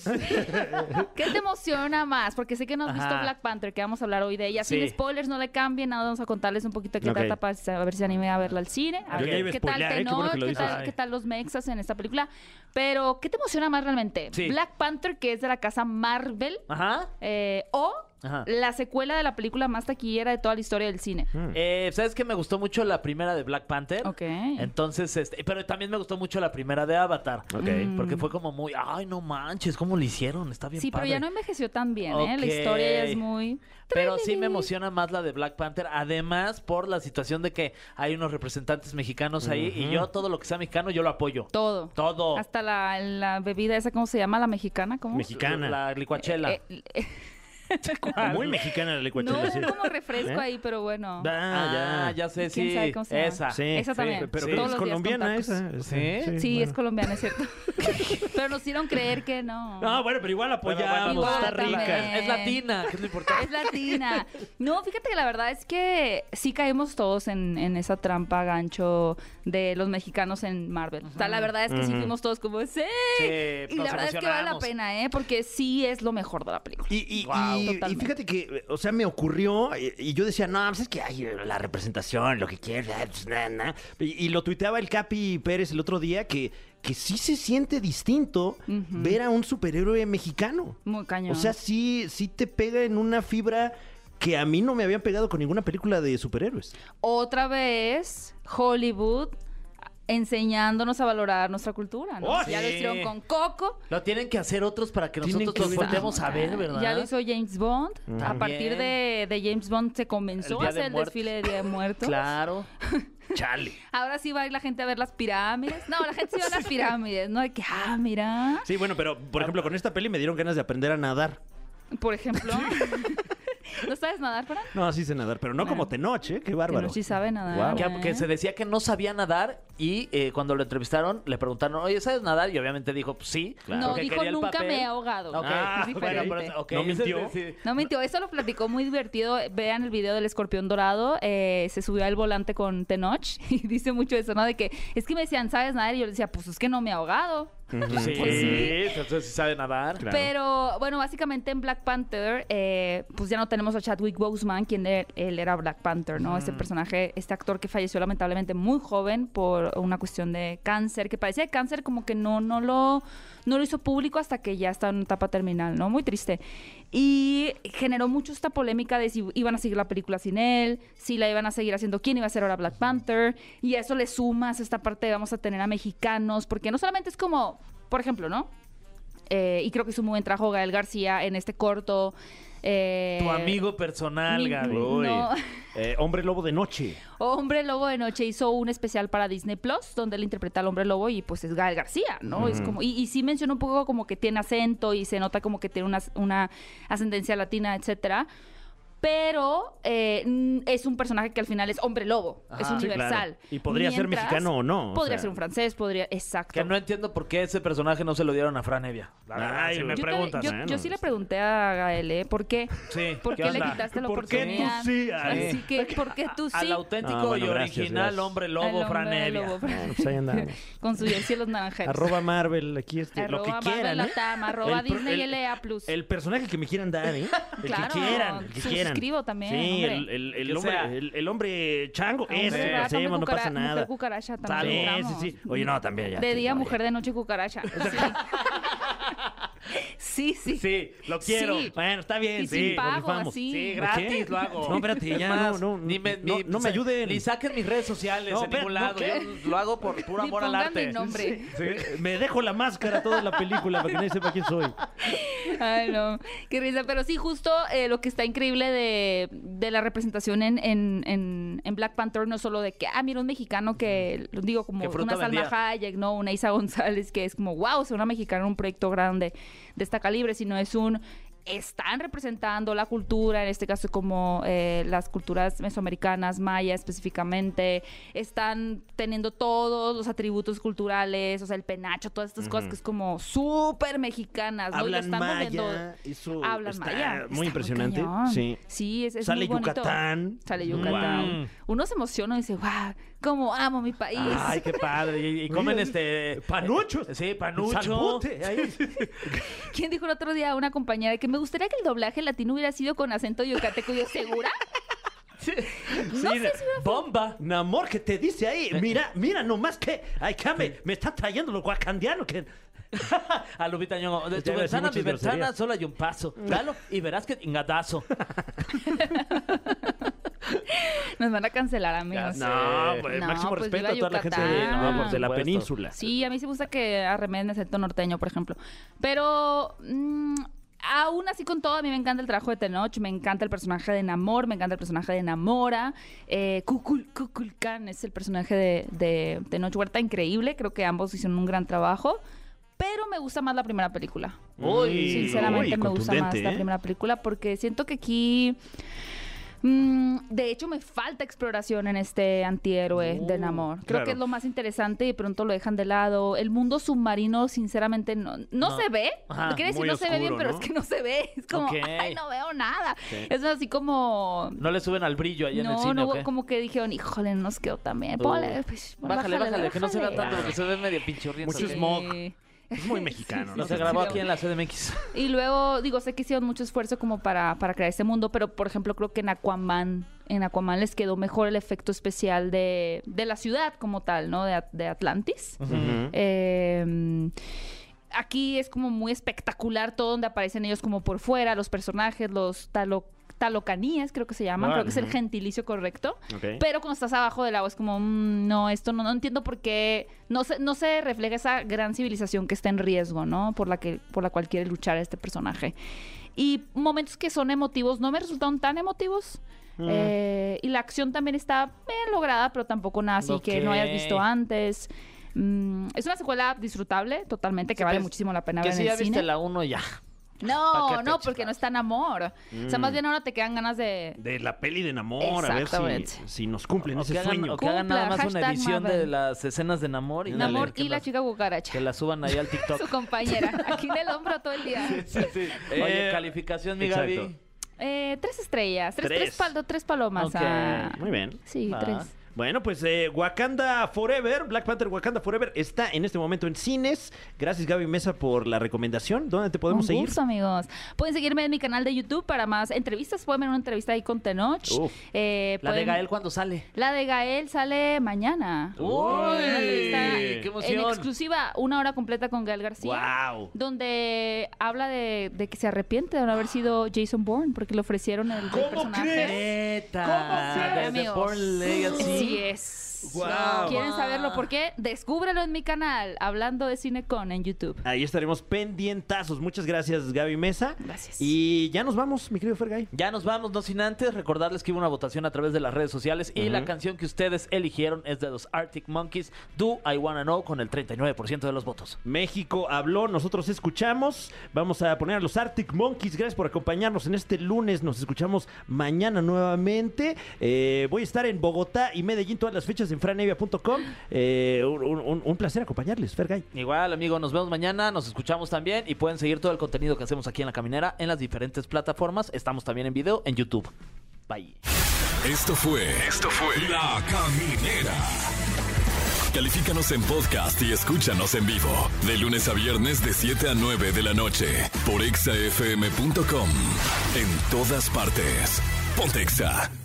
Speaker 8: ¿Qué te emociona más? Porque sé que no has visto
Speaker 3: Ajá.
Speaker 8: Black Panther, que vamos a hablar hoy de ella.
Speaker 3: Sí.
Speaker 8: Sin spoilers, no le cambien nada. Vamos a contarles un poquito de qué
Speaker 2: Ok.
Speaker 8: trata para sa- a ver si anime a verla al cine. A
Speaker 2: Yo
Speaker 8: ver
Speaker 2: ya iba a
Speaker 8: qué tal
Speaker 2: spoilear, ¿eh? Qué bueno que lo
Speaker 8: qué
Speaker 2: dices.
Speaker 8: tal,
Speaker 3: Ay.
Speaker 8: qué tal los mexas en esta película. Pero, ¿qué te emociona más realmente?
Speaker 3: Sí.
Speaker 8: ¿Black Panther, que es de la casa Marvel?
Speaker 3: Ajá.
Speaker 8: eh, ¿O
Speaker 3: Ajá.
Speaker 8: la secuela de la película más taquillera de toda la historia del cine?
Speaker 2: Mm.
Speaker 3: Eh, ¿Sabes que Me gustó mucho la primera de Black Panther.
Speaker 8: Ok.
Speaker 3: Entonces, este, pero también me gustó mucho la primera de Avatar.
Speaker 2: Ok.
Speaker 3: Porque fue como muy, ay, no manches, ¿cómo lo hicieron? Está bien
Speaker 8: Mm. Sí, pero
Speaker 3: padre".
Speaker 8: ya no envejeció tan bien, ¿eh? La
Speaker 3: Ok.
Speaker 8: historia ya es muy...
Speaker 3: Pero sí me emociona más la de Black Panther, además por la situación de que hay unos representantes mexicanos ahí y yo todo lo que sea mexicano yo lo apoyo.
Speaker 8: Todo.
Speaker 3: Todo.
Speaker 8: Hasta la, la bebida esa, ¿cómo se llama? ¿La mexicana? ¿Cómo?
Speaker 2: Mexicana.
Speaker 3: La licuachela.
Speaker 8: Eh, eh,
Speaker 2: (laughs) Muy mexicana la
Speaker 8: no,
Speaker 2: licuachela.
Speaker 8: es
Speaker 2: sí.
Speaker 8: como refresco
Speaker 2: ¿Eh?
Speaker 8: ahí, pero bueno.
Speaker 2: Ah,
Speaker 3: Ah, ya sé,
Speaker 8: ¿Quién
Speaker 3: sí.
Speaker 8: sabe cómo se llama?
Speaker 3: Esa.
Speaker 2: Sí,
Speaker 8: Ah, Esa
Speaker 2: sí,
Speaker 8: también.
Speaker 2: Pero
Speaker 3: Sí.
Speaker 8: Todos
Speaker 2: es
Speaker 8: los días con
Speaker 2: colombiana
Speaker 8: tacos.
Speaker 2: esa.
Speaker 3: ¿Sí?
Speaker 8: Sí, es
Speaker 2: bueno.
Speaker 8: colombiana,
Speaker 2: (laughs)
Speaker 8: es cierto. pero nos hicieron creer que no.
Speaker 2: No, bueno, pero igual
Speaker 3: Pero
Speaker 2: apoyamos.
Speaker 3: bueno,
Speaker 8: Igual
Speaker 2: pues, está rica.
Speaker 8: también.
Speaker 3: Es latina, que es lo importante.
Speaker 8: Es latina. No, fíjate que la verdad es que sí caemos todos en, en esa trampa gancho de los mexicanos en Marvel. O sea, la verdad es que sí
Speaker 2: Ujú. Eh,
Speaker 8: fuimos todos como, ¡sí!
Speaker 3: Sí,
Speaker 8: (laughs) y
Speaker 3: nos
Speaker 8: la verdad es que vale la
Speaker 3: emocionamos.
Speaker 8: pena, ¿eh? Porque sí es lo mejor de la película.
Speaker 2: Y, y-
Speaker 8: Guau.
Speaker 2: y- y
Speaker 8: Totalmente.
Speaker 2: fíjate que, eh, o sea, me ocurrió eh, y yo decía, no, pues es que hay la representación, lo que quieras, pues, na, na". Y, y lo tuiteaba el Capi Pérez el otro día que, que sí se siente distinto
Speaker 8: Ujú.
Speaker 2: ver a un superhéroe mexicano.
Speaker 8: Muy cañón.
Speaker 2: O sea, sí, sí te pega en una fibra que a mí no me habían pegado con ninguna película de superhéroes.
Speaker 8: Otra vez, Hollywood enseñándonos a valorar nuestra cultura, ¿no?
Speaker 3: Oh,
Speaker 8: ya lo
Speaker 3: sí.
Speaker 8: hicieron con Coco.
Speaker 3: Lo tienen que hacer otros para que
Speaker 2: Tienen
Speaker 3: nosotros los
Speaker 2: que-
Speaker 3: volteemos a ver,
Speaker 8: Ya-
Speaker 3: ¿verdad? Mm.
Speaker 8: Ya lo hizo James Bond. A
Speaker 3: También.
Speaker 8: partir de, de James Bond se
Speaker 3: El
Speaker 8: comenzó
Speaker 3: Día
Speaker 8: a
Speaker 3: de
Speaker 8: hacer el
Speaker 3: Muertos.
Speaker 8: desfile de Día de Muertos.
Speaker 3: Claro.
Speaker 2: Chale.
Speaker 8: Ahora sí va a ir la gente a ver las pirámides. No, la gente sí va a las pirámides, ¿no? De que, ah, mira,
Speaker 2: Sí, bueno, pero por ejemplo, con esta peli me dieron ganas de aprender a nadar.
Speaker 8: por ejemplo. (laughs) ¿No sabes nadar, Fran?
Speaker 2: No, así sé nadar, pero no como Tenoch, ¿eh? Qué
Speaker 8: Que
Speaker 2: bárbaro.
Speaker 8: no sí sabe nadar.
Speaker 2: Guau.
Speaker 3: Que,
Speaker 8: ¿eh?
Speaker 3: que se decía que no sabía nadar y eh, cuando lo entrevistaron le preguntaron, oye, ¿sabes nadar? Y obviamente dijo, pues sí.
Speaker 2: Claro.
Speaker 8: No,
Speaker 3: porque
Speaker 8: dijo,
Speaker 3: quería el
Speaker 8: nunca
Speaker 3: papel.
Speaker 8: me he ahogado.
Speaker 3: Ok.
Speaker 2: Ah,
Speaker 8: es diferente.
Speaker 3: Bueno, pero- ok,
Speaker 2: ¿No
Speaker 3: ese-
Speaker 2: mintió?
Speaker 3: sí.
Speaker 8: (laughs) No mintió, eso lo platicó muy divertido. Vean el video del escorpión dorado. eh, se subió al volante con Tenoch (laughs) y dice mucho eso, ¿no? De que es que me decían, ¿sabes nadar? Y yo le decía, pues es que no me he ahogado.
Speaker 3: Sí,
Speaker 8: Pues sí.
Speaker 3: entonces sí sabe nadar.
Speaker 2: Claro.
Speaker 8: Pero bueno, básicamente en Black Panther, eh, pues ya no tenemos a Chadwick Boseman, quien er- él era Black Panther, ¿no? Este personaje, este actor que falleció lamentablemente muy joven por una cuestión de cáncer, que padecía de cáncer, como que no, no lo, no lo hizo público hasta que ya estaba en una etapa terminal, ¿no? Muy triste. Y generó mucho esta polémica de si iban a seguir la película sin él, si la iban a seguir haciendo, quién iba a ser ahora Black Panther. Y a eso le sumas esta parte de vamos a tener a mexicanos, porque no solamente es como, por ejemplo, ¿no? Eh, y creo que hizo un muy buen trabajo Gael García en este corto. eh,
Speaker 3: Tu amigo personal,
Speaker 8: mi-
Speaker 3: Gaby.
Speaker 2: Uy.
Speaker 8: No.
Speaker 2: Eh, hombre lobo de
Speaker 8: (laughs)
Speaker 2: noche.
Speaker 8: Hombre Lobo de Noche hizo un especial para Disney Plus, donde él interpreta al Hombre Lobo y pues es Gael García, ¿no? Es como, y, y sí menciona un poco como que tiene acento y se nota como que tiene una, una ascendencia latina, etcétera. Pero eh, mm, es un personaje que al final es hombre lobo, es
Speaker 3: Ajá.
Speaker 2: claro.
Speaker 3: Sí,
Speaker 8: universal.
Speaker 2: Y podría ser mexicano o no, o
Speaker 8: Podría
Speaker 2: sea.
Speaker 8: ser un francés, podría. Exacto.
Speaker 3: Que no entiendo por qué ese personaje no se lo dieron a Fran Evia. La verdad,
Speaker 2: Ay,
Speaker 3: si
Speaker 2: güey.
Speaker 3: me
Speaker 8: yo, te-
Speaker 3: preguntas.
Speaker 8: yo-
Speaker 2: ¿eh?
Speaker 8: yo
Speaker 2: No,
Speaker 8: sí le
Speaker 2: está-
Speaker 8: pregunté a Gael, ¿eh? ¿Por qué?
Speaker 3: Sí,
Speaker 8: ¿Por qué,
Speaker 3: ¿qué
Speaker 8: le
Speaker 3: onda?
Speaker 8: quitaste la
Speaker 2: ¿Por qué tú
Speaker 8: oportunidad?
Speaker 2: sí? Ay.
Speaker 8: Así que, ¿por qué tú sí?
Speaker 3: Al auténtico
Speaker 2: Ah, bueno,
Speaker 3: y
Speaker 2: gracias,
Speaker 3: original
Speaker 2: gracias.
Speaker 3: hombre
Speaker 8: Al
Speaker 3: lobo,
Speaker 8: hombre
Speaker 3: Fran Evia.
Speaker 8: lobo, Fran-
Speaker 2: (laughs) Bueno, pues ahí andamos.
Speaker 8: (laughs) Con su jersey de los naranjeros.
Speaker 2: Arroba Marvel, aquí este, lo que
Speaker 8: Arroba
Speaker 2: quieran.
Speaker 8: Marvel
Speaker 2: ¿eh?
Speaker 8: Latam, arroba
Speaker 2: El pro-
Speaker 8: Disney
Speaker 2: el-
Speaker 8: LA Plus.
Speaker 2: El personaje que me quieran dar, ¿eh? El
Speaker 8: Claro,
Speaker 2: que quieran, el que quieran.
Speaker 8: suscribo también,
Speaker 2: Sí,
Speaker 8: hombre.
Speaker 2: el, el- el
Speaker 3: Que sea.
Speaker 2: hombre, el, el hombre chango,
Speaker 8: Hombre,
Speaker 2: ese, lo
Speaker 8: rata, hombre
Speaker 2: hacemos, no
Speaker 8: cucara-
Speaker 2: pasa nada.
Speaker 8: Mujer cucaracha
Speaker 2: Sí,
Speaker 8: también.
Speaker 2: sí,
Speaker 8: estamos.
Speaker 2: sí. Oye, no, también ya.
Speaker 8: De
Speaker 2: sí,
Speaker 8: día
Speaker 2: no, ya.
Speaker 8: mujer, de
Speaker 2: (laughs)
Speaker 8: noche cucaracha. Sí, sí. sí.
Speaker 3: Sí, lo quiero.
Speaker 8: Sí.
Speaker 2: Bueno, está bien,
Speaker 8: Y
Speaker 2: sí.
Speaker 8: sin pago,
Speaker 2: lo rifamos.
Speaker 8: así.
Speaker 3: Sí,
Speaker 2: ¿Qué?
Speaker 3: gratis lo hago.
Speaker 2: No, espérate,
Speaker 3: Es
Speaker 2: ya,
Speaker 3: más,
Speaker 2: no, no,
Speaker 3: Este, ni me,
Speaker 2: no,
Speaker 3: ni- pues,
Speaker 2: no me ayuden.
Speaker 3: Ni saquen mis redes sociales
Speaker 2: No,
Speaker 3: en ningún
Speaker 2: espérate, no,
Speaker 3: lado. Yo lo hago por puro
Speaker 8: Ni
Speaker 3: amor al
Speaker 8: pongan
Speaker 3: arte.
Speaker 8: mi nombre.
Speaker 2: Me dejo la máscara toda la película para que nadie sepa quién soy.
Speaker 8: Ay, no, qué risa. Pero sí, justo eh, lo que está increíble de, de la representación en, en, en, en Black Panther, no solo de que, ah, mira, un mexicano que, digo, como
Speaker 3: Que fruta
Speaker 8: una Salma
Speaker 3: vendía.
Speaker 8: Hayek, ¿no? Una Isa González, que es como, wow, o sea, una mexicana en un proyecto grande de esta calibre, sino es un. Están representando la cultura, en este caso como eh, las culturas mesoamericanas, maya específicamente, están teniendo todos los atributos culturales, o sea, el penacho, todas estas cosas
Speaker 2: Ujú.
Speaker 8: que es como súper mexicanas, ¿no? Y lo
Speaker 2: Hablan
Speaker 8: están moviendo.
Speaker 2: maya. Eso
Speaker 8: Hablan
Speaker 2: está
Speaker 8: maya. Está
Speaker 2: muy impresionante.
Speaker 8: cañón.
Speaker 2: Sí.
Speaker 8: Sí, es, es
Speaker 2: Sale
Speaker 8: muy bonito.
Speaker 2: Yucatán.
Speaker 8: Sale
Speaker 2: Guau.
Speaker 8: Yucatán.
Speaker 3: Mm.
Speaker 8: Uno se emociona y dice, wow, cómo amo mi país.
Speaker 3: Ay, qué padre. Y, y comen
Speaker 2: Oye,
Speaker 3: este.
Speaker 2: panuchos.
Speaker 3: Sí, panucho.
Speaker 2: Salmote, (laughs) ahí.
Speaker 8: (laughs) ¿Quién dijo el otro día a una compañera que me gustaría que el doblaje latino hubiera sido con acento yucateco? Y yo,
Speaker 2: (laughs)
Speaker 8: ¿segura? (laughs)
Speaker 3: Sí, bomba.
Speaker 2: Namor, que te dice ahí, mira, mira nomás que, ay, Kame, me está trayendo los guacandianos que...
Speaker 3: A Lupita Ñongo. De
Speaker 2: Ya
Speaker 3: tu
Speaker 2: iba a decir
Speaker 3: ventana, a mi
Speaker 2: muchas
Speaker 3: ventana,
Speaker 2: groserías. Mm.
Speaker 3: solo hay un paso. Dalo y verás que ingatazo.
Speaker 8: Nos van a cancelar, amigos.
Speaker 2: No, pues,
Speaker 8: No,
Speaker 2: máximo
Speaker 8: pues,
Speaker 2: respeto a
Speaker 8: viva
Speaker 2: toda la gente de,
Speaker 8: Yucatán.
Speaker 2: no, pues, de la
Speaker 3: Por supuesto.
Speaker 2: península.
Speaker 8: Sí, a mí sí me gusta que arremeden acento norteño, por ejemplo. Pero mm, aún así con todo, a mí me encanta el trabajo de Tenoch, me encanta el personaje de Namor, me encanta el personaje de Namora. Eh, Kukul, Kukulkan es el personaje de, de Tenoch Huerta, increíble, creo que ambos hicieron un gran trabajo. Pero me gusta más la primera película.
Speaker 2: Uy,
Speaker 8: Sinceramente
Speaker 2: uy,
Speaker 8: me gusta más
Speaker 2: contundente,
Speaker 8: la
Speaker 2: ¿eh?
Speaker 8: primera película porque siento que aquí... mm, de hecho, me falta exploración en este antihéroe
Speaker 2: Uh.
Speaker 8: de Namor. Creo
Speaker 2: claro.
Speaker 8: que es lo más interesante y de pronto lo dejan de lado. El mundo submarino, sinceramente, no, no,
Speaker 3: No.
Speaker 8: se ve.
Speaker 3: Ajá,
Speaker 8: No Quiere decir
Speaker 2: muy
Speaker 8: no se ve bien,
Speaker 2: oscuro,
Speaker 8: pero
Speaker 2: ¿no?
Speaker 8: es que no se ve. Es como,
Speaker 3: Ok.
Speaker 8: ay, no veo nada.
Speaker 2: Sí.
Speaker 8: Es así como...
Speaker 3: No le suben al brillo ahí en el
Speaker 8: No,
Speaker 3: cine.
Speaker 8: no,
Speaker 3: ¿o qué?
Speaker 8: como que dijeron, híjole, nos quedó también.
Speaker 3: Uh.
Speaker 8: Ponle, pues,
Speaker 3: Bájale, bájale, que no se vea tanto,
Speaker 8: bájale". (laughs)
Speaker 3: porque se ve medio pinchurriento.
Speaker 2: Ah. Mucho
Speaker 3: Sí.
Speaker 2: smog.
Speaker 8: Sí.
Speaker 2: Es
Speaker 8: (laughs)
Speaker 2: muy mexicano,
Speaker 3: No
Speaker 2: ¿no?
Speaker 3: se grabó aquí en la CDMX.
Speaker 8: Y luego, digo, sé que hicieron mucho esfuerzo como para, para crear este mundo, pero por ejemplo, creo que en Aquaman, en Aquaman les quedó mejor el efecto especial de, de la ciudad como tal, ¿no? De, At- de Atlantis.
Speaker 2: Ujú.
Speaker 8: Eh, aquí es como muy espectacular todo donde aparecen ellos como por fuera, los personajes, los talo- talocaníes, creo que se llaman,
Speaker 2: Ah,
Speaker 8: creo que es el
Speaker 2: ujú.
Speaker 8: gentilicio correcto.
Speaker 2: Ok.
Speaker 8: Pero cuando estás abajo del agua es como, "Mm, no, esto no, no entiendo por qué, no se, no se refleja esa gran civilización que está en riesgo, ¿no? Por la, que, por la cual quiere luchar este personaje. Y momentos que son emotivos, no me resultaron tan emotivos. Eh, y la acción también está bien lograda, pero tampoco nada así que no hayas visto
Speaker 3: Ok.
Speaker 8: antes. Mm, es una secuela disfrutable, totalmente, que
Speaker 3: Sí,
Speaker 8: vale
Speaker 3: pues,
Speaker 8: muchísimo la pena
Speaker 3: Que
Speaker 8: ver
Speaker 3: si
Speaker 8: en
Speaker 3: ya
Speaker 8: el cine.
Speaker 3: viste la 1 ya. ¿Para
Speaker 8: No,
Speaker 3: qué
Speaker 8: no,
Speaker 3: te
Speaker 8: porque
Speaker 3: chiflas?
Speaker 8: no está en amor. O sea,
Speaker 3: Mm.
Speaker 8: más bien ahora te quedan ganas de,
Speaker 2: De la peli de Namor, a ver si,
Speaker 8: Exactamente.
Speaker 2: si nos cumplen
Speaker 3: O
Speaker 2: ese
Speaker 3: que hagan,
Speaker 2: sueño.
Speaker 3: o que hagan nada
Speaker 8: Cumpla,
Speaker 3: más una
Speaker 8: hashtag
Speaker 3: edición de
Speaker 8: Marvel.
Speaker 3: las escenas de Namor y,
Speaker 2: Dale,
Speaker 8: Namor
Speaker 3: que
Speaker 8: y la
Speaker 3: las-
Speaker 8: chica cucaracha.
Speaker 3: Que la suban ahí al TikTok.
Speaker 8: (laughs) su
Speaker 3: (laughs)
Speaker 8: compañera. Aquí en el hombro todo el día.
Speaker 3: Oye,
Speaker 2: Eh,
Speaker 3: calificación, mi
Speaker 2: exacto.
Speaker 3: Gaby.
Speaker 8: Eh, tres estrellas. Tres,
Speaker 2: Tres.
Speaker 8: tres, pal- tres palomas.
Speaker 3: Ok,
Speaker 8: ah.
Speaker 2: Muy bien.
Speaker 8: Sí,
Speaker 3: Ah.
Speaker 8: tres.
Speaker 2: Bueno, pues eh, Wakanda Forever, Black Panther Wakanda Forever está en este momento en cines. Gracias Gaby Mesa por la recomendación. ¿Dónde te podemos
Speaker 8: Un
Speaker 2: seguir?
Speaker 8: gusto, amigos. Pueden seguirme en mi canal de YouTube para más entrevistas. Pueden ver una entrevista ahí con Tenoch.
Speaker 2: Uf.
Speaker 8: Eh,
Speaker 3: La de
Speaker 8: pueden-
Speaker 3: Gael cuando sale.
Speaker 8: La de Gael sale mañana.
Speaker 3: ¡Uy!
Speaker 8: Una entrevista
Speaker 3: ¡Qué
Speaker 8: En
Speaker 3: emoción!
Speaker 8: exclusiva, una hora completa con Gael García.
Speaker 2: Wow.
Speaker 8: Donde habla de, de que se arrepiente de no haber sido Jason Bourne porque le ofrecieron el, el
Speaker 2: ¿Cómo
Speaker 8: personaje.
Speaker 2: crees?
Speaker 3: ¡Neta!
Speaker 8: crees,
Speaker 3: Desde
Speaker 8: amigos?
Speaker 3: Born Legacy.
Speaker 8: Así es.
Speaker 2: Guau.
Speaker 8: ¿Quieren saberlo por qué? Descúbrelo en mi canal, hablando de CineCon en YouTube.
Speaker 2: Ahí estaremos pendientazos. Muchas gracias Gaby Mesa.
Speaker 8: Gracias.
Speaker 2: Y ya nos vamos, mi querido Fergay.
Speaker 3: Ya nos vamos, no sin antes recordarles que hubo una votación a través de las redes sociales y la canción que ustedes eligieron es de los Arctic Monkeys, Do I Wanna Know, con el 39% de los votos.
Speaker 2: México habló, nosotros escuchamos. Vamos a poner a los Arctic Monkeys. Gracias por acompañarnos en este lunes. Nos escuchamos mañana nuevamente. Eh, voy a estar en Bogotá y Medellín todas las fechas en franevia.com. Eh, un, un- un placer acompañarles, Fergay.
Speaker 3: Igual, amigo, nos vemos mañana, nos escuchamos también y pueden seguir todo el contenido que hacemos aquí en La Caminera en las diferentes plataformas. Estamos también en video en YouTube. Bye.
Speaker 1: Esto fue. Esto fue. La Caminera. Califícanos en podcast y escúchanos en vivo. De lunes a viernes, de 7 a 9 de la noche. Por exafm.com. En todas partes. Pontexa.